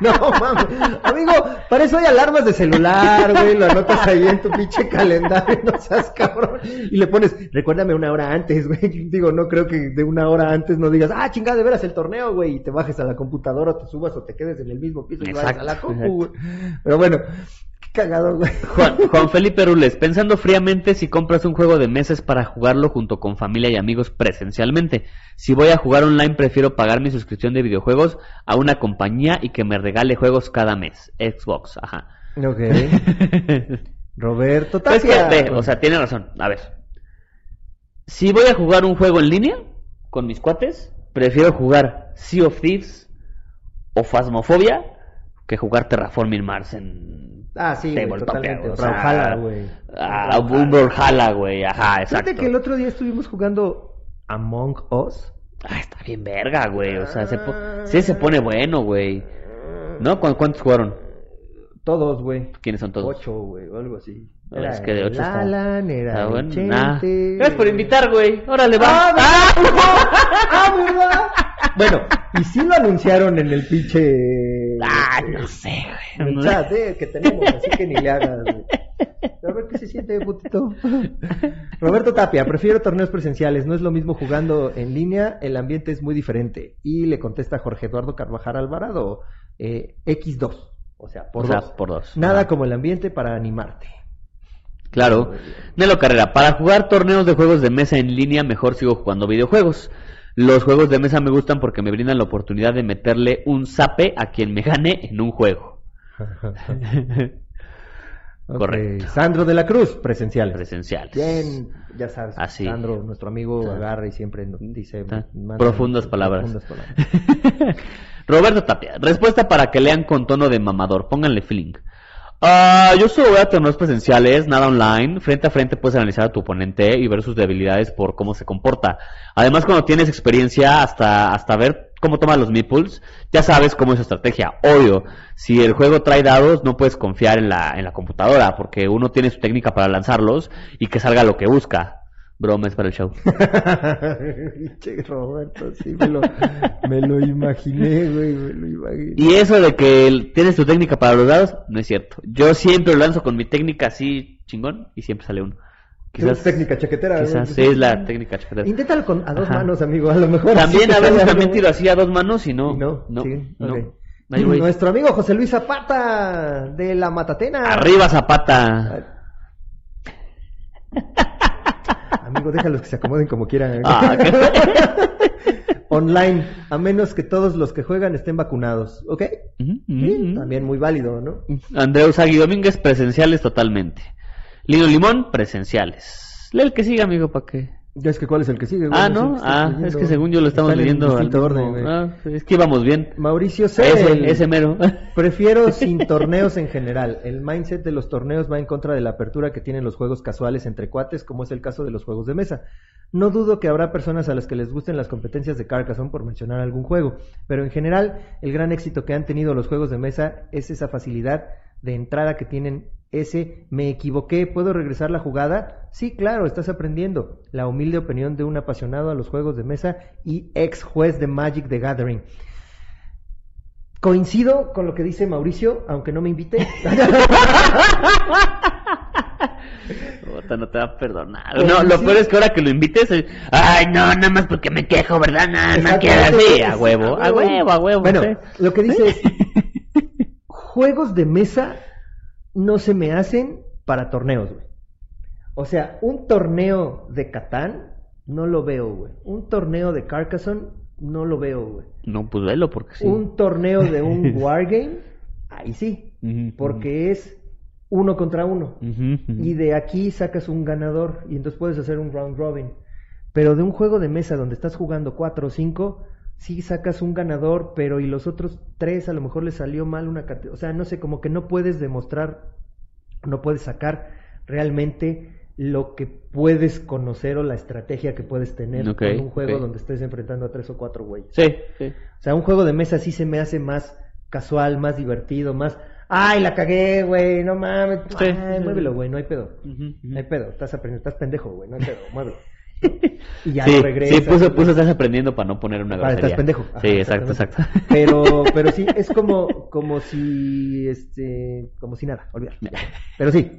Speaker 1: No mames. Amigo, para eso hay alarmas de celular, güey, lo anotas ahí en tu pinche calendario, no seas cabrón. Y le pones, recuérdame una hora antes, güey. Digo, no creo que de una hora antes no digas, ah, chingada, de veras el torneo, güey, y te bajes a la computadora, o te subas o te quedes en el mismo piso y vayas a la
Speaker 2: Exacto,
Speaker 1: compu, güey. Pero bueno, qué cagado, güey.
Speaker 2: Juan, Juan Felipe Rules, pensando fríamente si compras un juego de meses para jugarlo junto con familia y amigos presencialmente. Si voy a jugar online, prefiero pagar mi suscripción de videojuegos a una compañía y que me regale juegos cada mes. Xbox, ajá.
Speaker 1: Ok. Roberto
Speaker 2: Pues que,
Speaker 1: Tapia.
Speaker 2: ve, o sea, tiene razón. A ver. Si voy a jugar un juego en línea con mis cuates, prefiero jugar Sea of Thieves o Phasmophobia que jugar Terraforming Mars en
Speaker 1: ah, sí, güey,
Speaker 2: Tabletopia,
Speaker 1: totalmente.
Speaker 2: o sea,
Speaker 1: Brawlhalla, güey.
Speaker 2: ah, un Brawlhalla, güey. Ajá,
Speaker 1: Fíjate
Speaker 2: exacto.
Speaker 1: que el otro día estuvimos jugando Among Us.
Speaker 2: Ah, está bien verga, güey. O sea, se po- sí se pone bueno, güey. ¿No? ¿Cu- ¿Cuántos jugaron?
Speaker 1: Todos, güey.
Speaker 2: ¿Quiénes son todos?
Speaker 1: Ocho, güey, o algo así.
Speaker 2: No, es que de ocho
Speaker 1: el
Speaker 2: está-
Speaker 1: Alan, era
Speaker 2: Ah,
Speaker 1: el
Speaker 2: bueno,
Speaker 1: Chente,
Speaker 2: nah. Gracias por invitar, güey. Órale, va.
Speaker 1: ¡Ah, ¿verdad? ¡Ah, verdad! Bueno, y sí lo anunciaron en el pinche...
Speaker 2: Ah, no sé,
Speaker 1: en
Speaker 2: güey.
Speaker 1: el chat, eh, que tenemos, así que ni le hagas, güey. A ver qué se siente, putito. Roberto Tapia, prefiero torneos presenciales, no es lo mismo jugando en línea, el ambiente es muy diferente. Y le contesta Jorge Eduardo Carvajal Alvarado, eh, X2, o sea, por
Speaker 2: O sea,
Speaker 1: dos.
Speaker 2: por dos.
Speaker 1: Nada
Speaker 2: Ah.
Speaker 1: como el ambiente para animarte.
Speaker 2: Claro. Nelo Carrera, para jugar torneos de juegos de mesa en línea, mejor sigo jugando videojuegos. Los juegos de mesa me gustan porque me brindan la oportunidad de meterle un zape a quien me gane en un juego.
Speaker 1: Ok,
Speaker 2: Correcto.
Speaker 1: Sandro de la Cruz, presenciales.
Speaker 2: Presenciales.
Speaker 1: Bien, ya sabes,
Speaker 2: Así.
Speaker 1: Sandro, nuestro amigo,
Speaker 2: Ta.
Speaker 1: agarra y siempre nos dice
Speaker 2: Ta.
Speaker 1: manda-
Speaker 2: Profundas palabras.
Speaker 1: profundas palabras.
Speaker 2: Roberto Tapia, respuesta para que lean con tono de mamador. Pónganle feeling. Ah, yo solo voy a torneos presenciales, nada online. Frente a frente puedes analizar a tu oponente y ver sus debilidades por cómo se comporta. Además, cuando tienes experiencia hasta, hasta ver cómo toma los meeples, ya sabes cómo es su estrategia. Obvio, si el juego trae dados, no puedes confiar en la, en la computadora, porque uno tiene su técnica para lanzarlos y que salga lo que busca. Broma es para el show.
Speaker 1: Che, Roberto, sí, me lo, me lo imaginé, güey, me lo imaginé.
Speaker 2: Y eso de que el- tienes tu técnica para los dados, no es cierto. Yo siempre lo lanzo con mi técnica así chingón y siempre sale uno. Quizás,
Speaker 1: Es técnica chaquetera.
Speaker 2: pues, quizás
Speaker 1: güey.
Speaker 2: sí es la técnica chaquetera.
Speaker 1: Inténtalo con, a dos
Speaker 2: Ajá.
Speaker 1: manos, amigo, a lo mejor.
Speaker 2: También
Speaker 1: así te
Speaker 2: a veces
Speaker 1: sale
Speaker 2: también
Speaker 1: algo.
Speaker 2: tiro así a dos manos y no.
Speaker 1: Y
Speaker 2: No, no.
Speaker 1: sí,
Speaker 2: no.
Speaker 1: ok.
Speaker 2: Ay, güey.
Speaker 1: Nuestro amigo José Luis Zapata, de La Matatena.
Speaker 2: Arriba Zapata.
Speaker 1: Amigo, déjalos que se acomoden como quieran. ¿eh?
Speaker 2: Ah, qué-
Speaker 1: Online, a menos que todos los que juegan estén vacunados, ¿ok?
Speaker 2: Ujú,
Speaker 1: Sí,
Speaker 2: ujú.
Speaker 1: También muy válido, ¿no?
Speaker 2: Andreu Sagui Domínguez, presenciales totalmente. Lino Limón, presenciales. Lee el que sigue, amigo, para que.
Speaker 1: Ya es que cuál es el que sigue. güey?
Speaker 2: Ah,
Speaker 1: sé el
Speaker 2: ¿no?
Speaker 1: que estás
Speaker 2: Ah,
Speaker 1: leyendo.
Speaker 2: es que según yo lo estamos
Speaker 1: Están en
Speaker 2: leyendo. al
Speaker 1: distinto
Speaker 2: mismo-
Speaker 1: orden, güey.
Speaker 2: Ah, es que íbamos bien.
Speaker 1: Mauricio C.
Speaker 2: Ese, ese mero.
Speaker 1: Prefiero sin torneos en general. El mindset de los torneos va en contra de la apertura que tienen los juegos casuales entre cuates, como es el caso de los juegos de mesa. No dudo que habrá personas a las que les gusten las competencias de Carcassonne por mencionar algún juego, pero en general el gran éxito que han tenido los juegos de mesa es esa facilidad de entrada que tienen ese me equivoqué, ¿puedo regresar la jugada? Sí, claro, estás aprendiendo. La humilde opinión de un apasionado a los juegos de mesa y ex juez de Magic the Gathering. Coincido con lo que dice Mauricio, aunque no me invite.
Speaker 2: Puta, no te va a perdonar.
Speaker 1: Pues
Speaker 2: No, lo peor es que ahora que lo invites, eh, ay, no, nada más porque me quejo, ¿verdad? No, no quiero así, a huevo, a huevo, a huevo.
Speaker 1: Bueno,
Speaker 2: sí.
Speaker 1: lo que dice es, juegos de mesa no se me hacen para torneos, güey. O sea, un torneo de Catán no lo veo, güey. Un torneo de Carcassonne no lo veo, güey.
Speaker 2: No, pues velo, porque sí.
Speaker 1: Un torneo de un wargame, ahí sí,
Speaker 2: Ujú, Mm.
Speaker 1: porque es uno contra uno.
Speaker 2: ujú, ujú.
Speaker 1: Y de aquí sacas un ganador y entonces puedes hacer un round robin. Pero de un juego de mesa donde estás jugando cuatro o cinco, sí sacas un ganador, pero y los otros tres a lo mejor les salió mal una carta. O sea, no sé, como que no puedes demostrar, no puedes sacar realmente lo que puedes conocer o la estrategia que puedes tener
Speaker 2: Ok,
Speaker 1: con un juego
Speaker 2: ok.
Speaker 1: donde estés enfrentando a tres o cuatro güeyes.
Speaker 2: Sí, sí.
Speaker 1: O sea, un juego de mesa sí se me hace más casual, más divertido, más... ¡Ay, la cagué, güey! ¡No mames!
Speaker 2: Sí.
Speaker 1: Ay, muévelo, güey! No hay pedo.
Speaker 2: Ujú, ujú.
Speaker 1: No hay pedo, estás aprendiendo, estás pendejo, güey, no hay pedo, muévelo. Y ya
Speaker 2: sí,
Speaker 1: no regresas.
Speaker 2: sí, puso, puso, estás aprendiendo para no poner una
Speaker 1: Para,
Speaker 2: grosería.
Speaker 1: estás pendejo. Ajá,
Speaker 2: sí, exacto,
Speaker 1: exactamente.
Speaker 2: exacto.
Speaker 1: Pero, pero sí, es como, como si, este, como si nada, olvidar. Pero sí,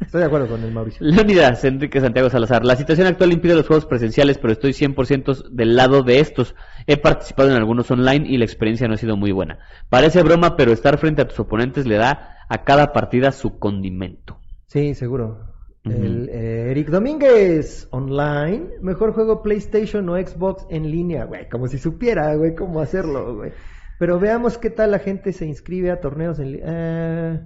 Speaker 1: estoy de acuerdo con el Mauricio.
Speaker 2: Leónidas Enrique Santiago Salazar. La situación actual impide los juegos presenciales, pero estoy 100% del lado de estos. He participado en algunos online y la experiencia no ha sido muy buena. Parece broma, pero estar frente a tus oponentes le da a cada partida su condimento.
Speaker 1: Sí, seguro.
Speaker 2: Ujú.
Speaker 1: El, eh, Eric Domínguez, online, mejor juego PlayStation o Xbox en línea, güey, como si supiera, güey, cómo hacerlo, güey. Pero veamos qué tal la gente se inscribe a torneos en eh, línea.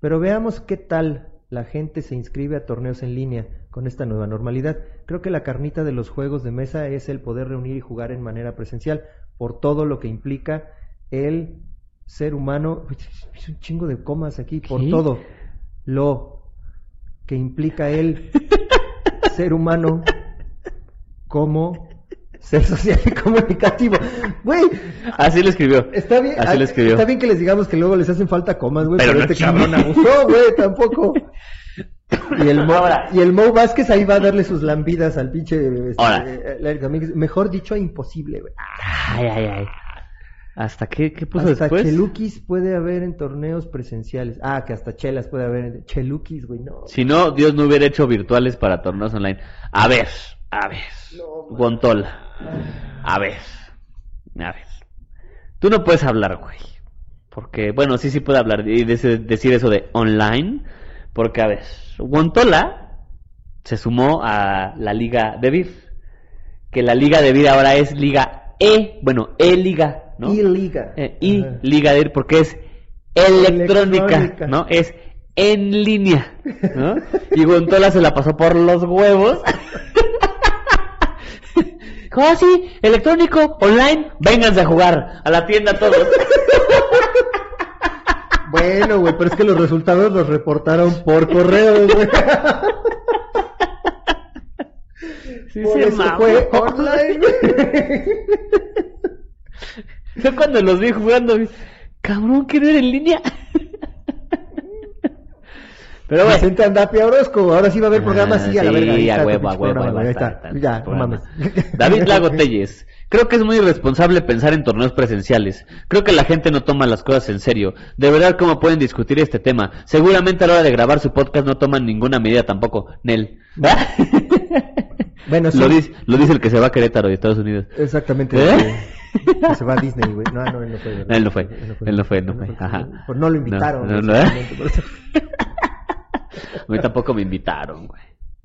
Speaker 1: pero veamos qué tal la gente se inscribe a torneos en línea con esta nueva normalidad. Creo que la carnita de los juegos de mesa es el poder reunir y jugar en manera presencial, por todo lo que implica el ser humano. Uy, Es un chingo de comas aquí, por
Speaker 2: ¿Qué?
Speaker 1: todo lo que implica el ser humano como Ser social y comunicativo. Güey,
Speaker 2: Así lo escribió.
Speaker 1: está bien.
Speaker 2: Así lo escribió.
Speaker 1: Está bien que les digamos que luego les hacen falta comas, güey.
Speaker 2: Pero
Speaker 1: Pero,
Speaker 2: no
Speaker 1: este
Speaker 2: chinguen.
Speaker 1: cabrón abusó, güey, tampoco. Y el, Mo, y el Mo Vázquez ahí va a darle sus lambidas al pinche. este,
Speaker 2: Ahora.
Speaker 1: eh, Larry Domínguez. Mejor dicho, imposible, güey.
Speaker 2: Ay, ay, ay. ¿Hasta qué, qué puso
Speaker 1: hasta
Speaker 2: Pues después?
Speaker 1: Chelukis puede haber en torneos presenciales. Ah, que hasta Chelas puede haber en. Chelukis, güey, no.
Speaker 2: Si no, Dios no hubiera hecho virtuales para torneos online. A ver, a ver.
Speaker 1: No, man.
Speaker 2: Gontola. A ver. A ver. Tú no puedes hablar, güey. Porque, bueno, sí, sí puede hablar y dese- decir eso de online. Porque, a ver, Gontola se sumó a la Liga de Vir. Que la Liga de Vir ahora es Liga E. Bueno, E-Liga, ¿no?
Speaker 1: Y Liga.
Speaker 2: Eh, y
Speaker 1: Ajá.
Speaker 2: Liga de Ir porque es electrónica,
Speaker 1: Electrónica.
Speaker 2: ¿no? Es en línea, ¿no? Y Gontola se la pasó por los huevos. ¿Cómo así? Electrónico, online, vénganse a jugar a la tienda todos.
Speaker 1: Bueno, güey, pero es que los resultados los reportaron por correo, güey.
Speaker 2: Sí,
Speaker 1: Por
Speaker 2: se
Speaker 1: eso
Speaker 2: mamó.
Speaker 1: fue online, güey.
Speaker 2: Yo cuando los vi jugando, dije, cabrón, quiero ir en línea. Pero bueno,
Speaker 1: Vicente Andapia Orozco, ahora sí va a haber programas
Speaker 2: Ah,
Speaker 1: sí, a la verga. ahí
Speaker 2: a
Speaker 1: está tu
Speaker 2: huevo, a
Speaker 1: pinche
Speaker 2: huevo,
Speaker 1: programa, güey,
Speaker 2: ahí va a
Speaker 1: ahí
Speaker 2: estar,
Speaker 1: está.
Speaker 2: está
Speaker 1: Ya,
Speaker 2: tu
Speaker 1: no mames.
Speaker 2: programa. David Lago Telles. Creo que es muy irresponsable pensar en torneos presenciales. Creo que la gente no toma las cosas en serio. De verdad, ¿cómo pueden discutir este tema? Seguramente a la hora de grabar su podcast no toman ninguna medida tampoco. Nel.
Speaker 1: Bueno, sí.
Speaker 2: ¿Ah? lo, dice, lo dice el que se va a Querétaro y Estados Unidos.
Speaker 1: Exactamente.
Speaker 2: ¿Eh?
Speaker 1: que- que se va a Disney, güey. No, no, él no fue. ¿verdad?
Speaker 2: No, él no fue, él no fue, no fue, ajá.
Speaker 1: Por no lo
Speaker 2: No,
Speaker 1: invitaron.
Speaker 2: no, ¿eh? no,
Speaker 1: exactamente, por eso.
Speaker 2: A mí tampoco me invitaron, güey.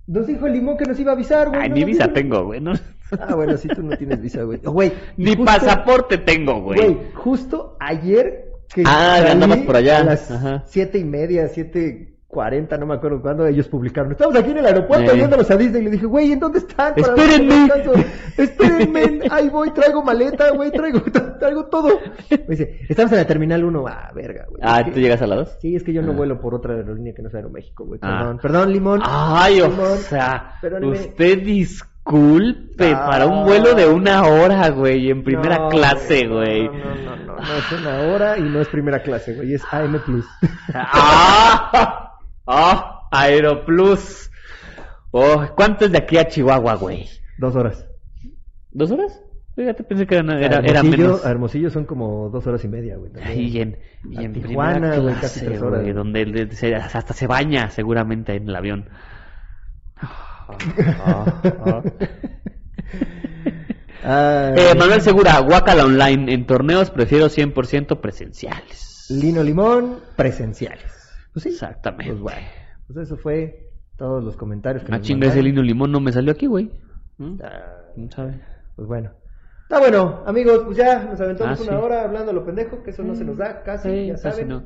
Speaker 1: Nos dijo el limón que nos iba a avisar, güey.
Speaker 2: Ay,
Speaker 1: no
Speaker 2: ni
Speaker 1: nos
Speaker 2: visa
Speaker 1: dijo.
Speaker 2: tengo, güey. no.
Speaker 1: Ah, bueno, sí, tú no tienes visa, güey. Oh, Güey. y
Speaker 2: Ni
Speaker 1: justo-
Speaker 2: pasaporte tengo, güey.
Speaker 1: Güey, justo ayer que
Speaker 2: Ah,
Speaker 1: salí
Speaker 2: andabas por allá.
Speaker 1: a las
Speaker 2: Ajá.
Speaker 1: siete y media, siete cuarenta, no me acuerdo cuándo ellos publicaron. Estamos aquí en el aeropuerto
Speaker 2: Eh.
Speaker 1: yéndonos a Disney y le dije, güey, ¿en dónde están? Para ver si
Speaker 2: Espérenme.
Speaker 1: alcanzo. Espérenme, ahí voy, traigo maleta, güey, traigo, traigo todo. Me dice, estamos en la terminal 1, ah, verga, güey.
Speaker 2: Ah,
Speaker 1: Es que-
Speaker 2: ¿tú llegas a la dos?
Speaker 1: Sí, es que yo no
Speaker 2: Ah.
Speaker 1: vuelo por otra aerolínea que no sea Aeroméxico, güey.
Speaker 2: Ah.
Speaker 1: Perdón, perdón, Limón.
Speaker 2: Ay, o
Speaker 1: Simón,
Speaker 2: sea,
Speaker 1: espérame.
Speaker 2: usted disculpe
Speaker 1: No.
Speaker 2: para un vuelo de una hora, güey, en primera
Speaker 1: No,
Speaker 2: clase,
Speaker 1: no,
Speaker 2: güey.
Speaker 1: No, no, no, no, no, es una hora y no es primera clase, güey, es AM Plus.
Speaker 2: ¡Ah! ¡Ah! Aeroplus. Oh, ¿cuánto es de aquí a Chihuahua, güey?
Speaker 1: Dos horas.
Speaker 2: ¿Dos horas? Fíjate, pensé que era, era,
Speaker 1: a
Speaker 2: era
Speaker 1: Hermosillo-
Speaker 2: menos.
Speaker 1: a Hermosillo son como dos horas y media, güey. también.
Speaker 2: Ay, Y en, y
Speaker 1: A
Speaker 2: en
Speaker 1: Tijuana,
Speaker 2: primera
Speaker 1: güey,
Speaker 2: clase,
Speaker 1: casi tres horas.
Speaker 2: güey, donde el- el- se- hasta se baña seguramente en el avión. Ah, ah, ah.
Speaker 1: Ah,
Speaker 2: Eh, Manuel Segura, Guacala Online. En torneos prefiero 100% presenciales.
Speaker 1: Lino Limón, presenciales. Pues sí.
Speaker 2: Exactamente.
Speaker 1: Pues bueno. Pues eso fue todos los comentarios que
Speaker 2: Ah,
Speaker 1: nos
Speaker 2: chinga, ese
Speaker 1: mandaron.
Speaker 2: lino limón no me salió aquí, güey. ¿Mm?
Speaker 1: Ah,
Speaker 2: ¿Quién sabe?
Speaker 1: Pues bueno. Está bueno, amigos, pues ya nos aventamos
Speaker 2: Ah,
Speaker 1: una
Speaker 2: sí.
Speaker 1: hora hablando a lo pendejo, que eso no se nos da casi,
Speaker 2: Sí,
Speaker 1: ya
Speaker 2: casi
Speaker 1: saben.
Speaker 2: no.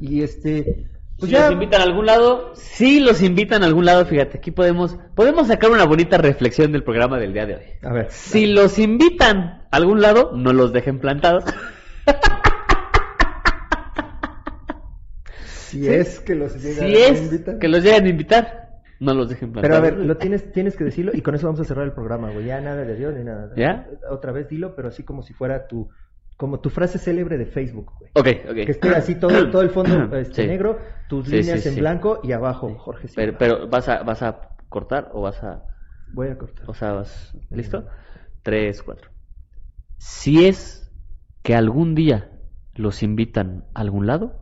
Speaker 1: Y este, pues
Speaker 2: si
Speaker 1: ya.
Speaker 2: los invitan a algún lado, sí los invitan a algún lado, fíjate, aquí podemos, podemos sacar una bonita reflexión del programa del día de hoy.
Speaker 1: A ver.
Speaker 2: Si los invitan a algún lado, no los dejen plantados.
Speaker 1: Si es que los llega
Speaker 2: Si
Speaker 1: a
Speaker 2: es
Speaker 1: invitar.
Speaker 2: que los lleguen a invitar, no los dejen
Speaker 1: Pero a
Speaker 2: plantados.
Speaker 1: ver, lo tienes, tienes que decirlo y con eso vamos a cerrar el programa, güey. Ya nada de Dios ni nada.
Speaker 2: ¿Ya?
Speaker 1: Otra vez dilo, pero así como si fuera tu, como tu frase célebre de Facebook, güey.
Speaker 2: Ok, ok.
Speaker 1: Que esté así todo, todo el fondo este,
Speaker 2: Sí.
Speaker 1: negro, tus
Speaker 2: Sí,
Speaker 1: líneas
Speaker 2: sí,
Speaker 1: en
Speaker 2: sí.
Speaker 1: blanco y abajo, Jorge Silva.
Speaker 2: Pero, pero ¿vas, a, ¿vas a cortar o vas a...?
Speaker 1: Voy a cortar.
Speaker 2: O sea, vas- ¿listo? Tres, cuatro. Si es que algún día los invitan a algún lado,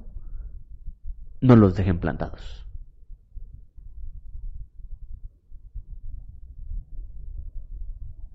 Speaker 2: no los dejen plantados.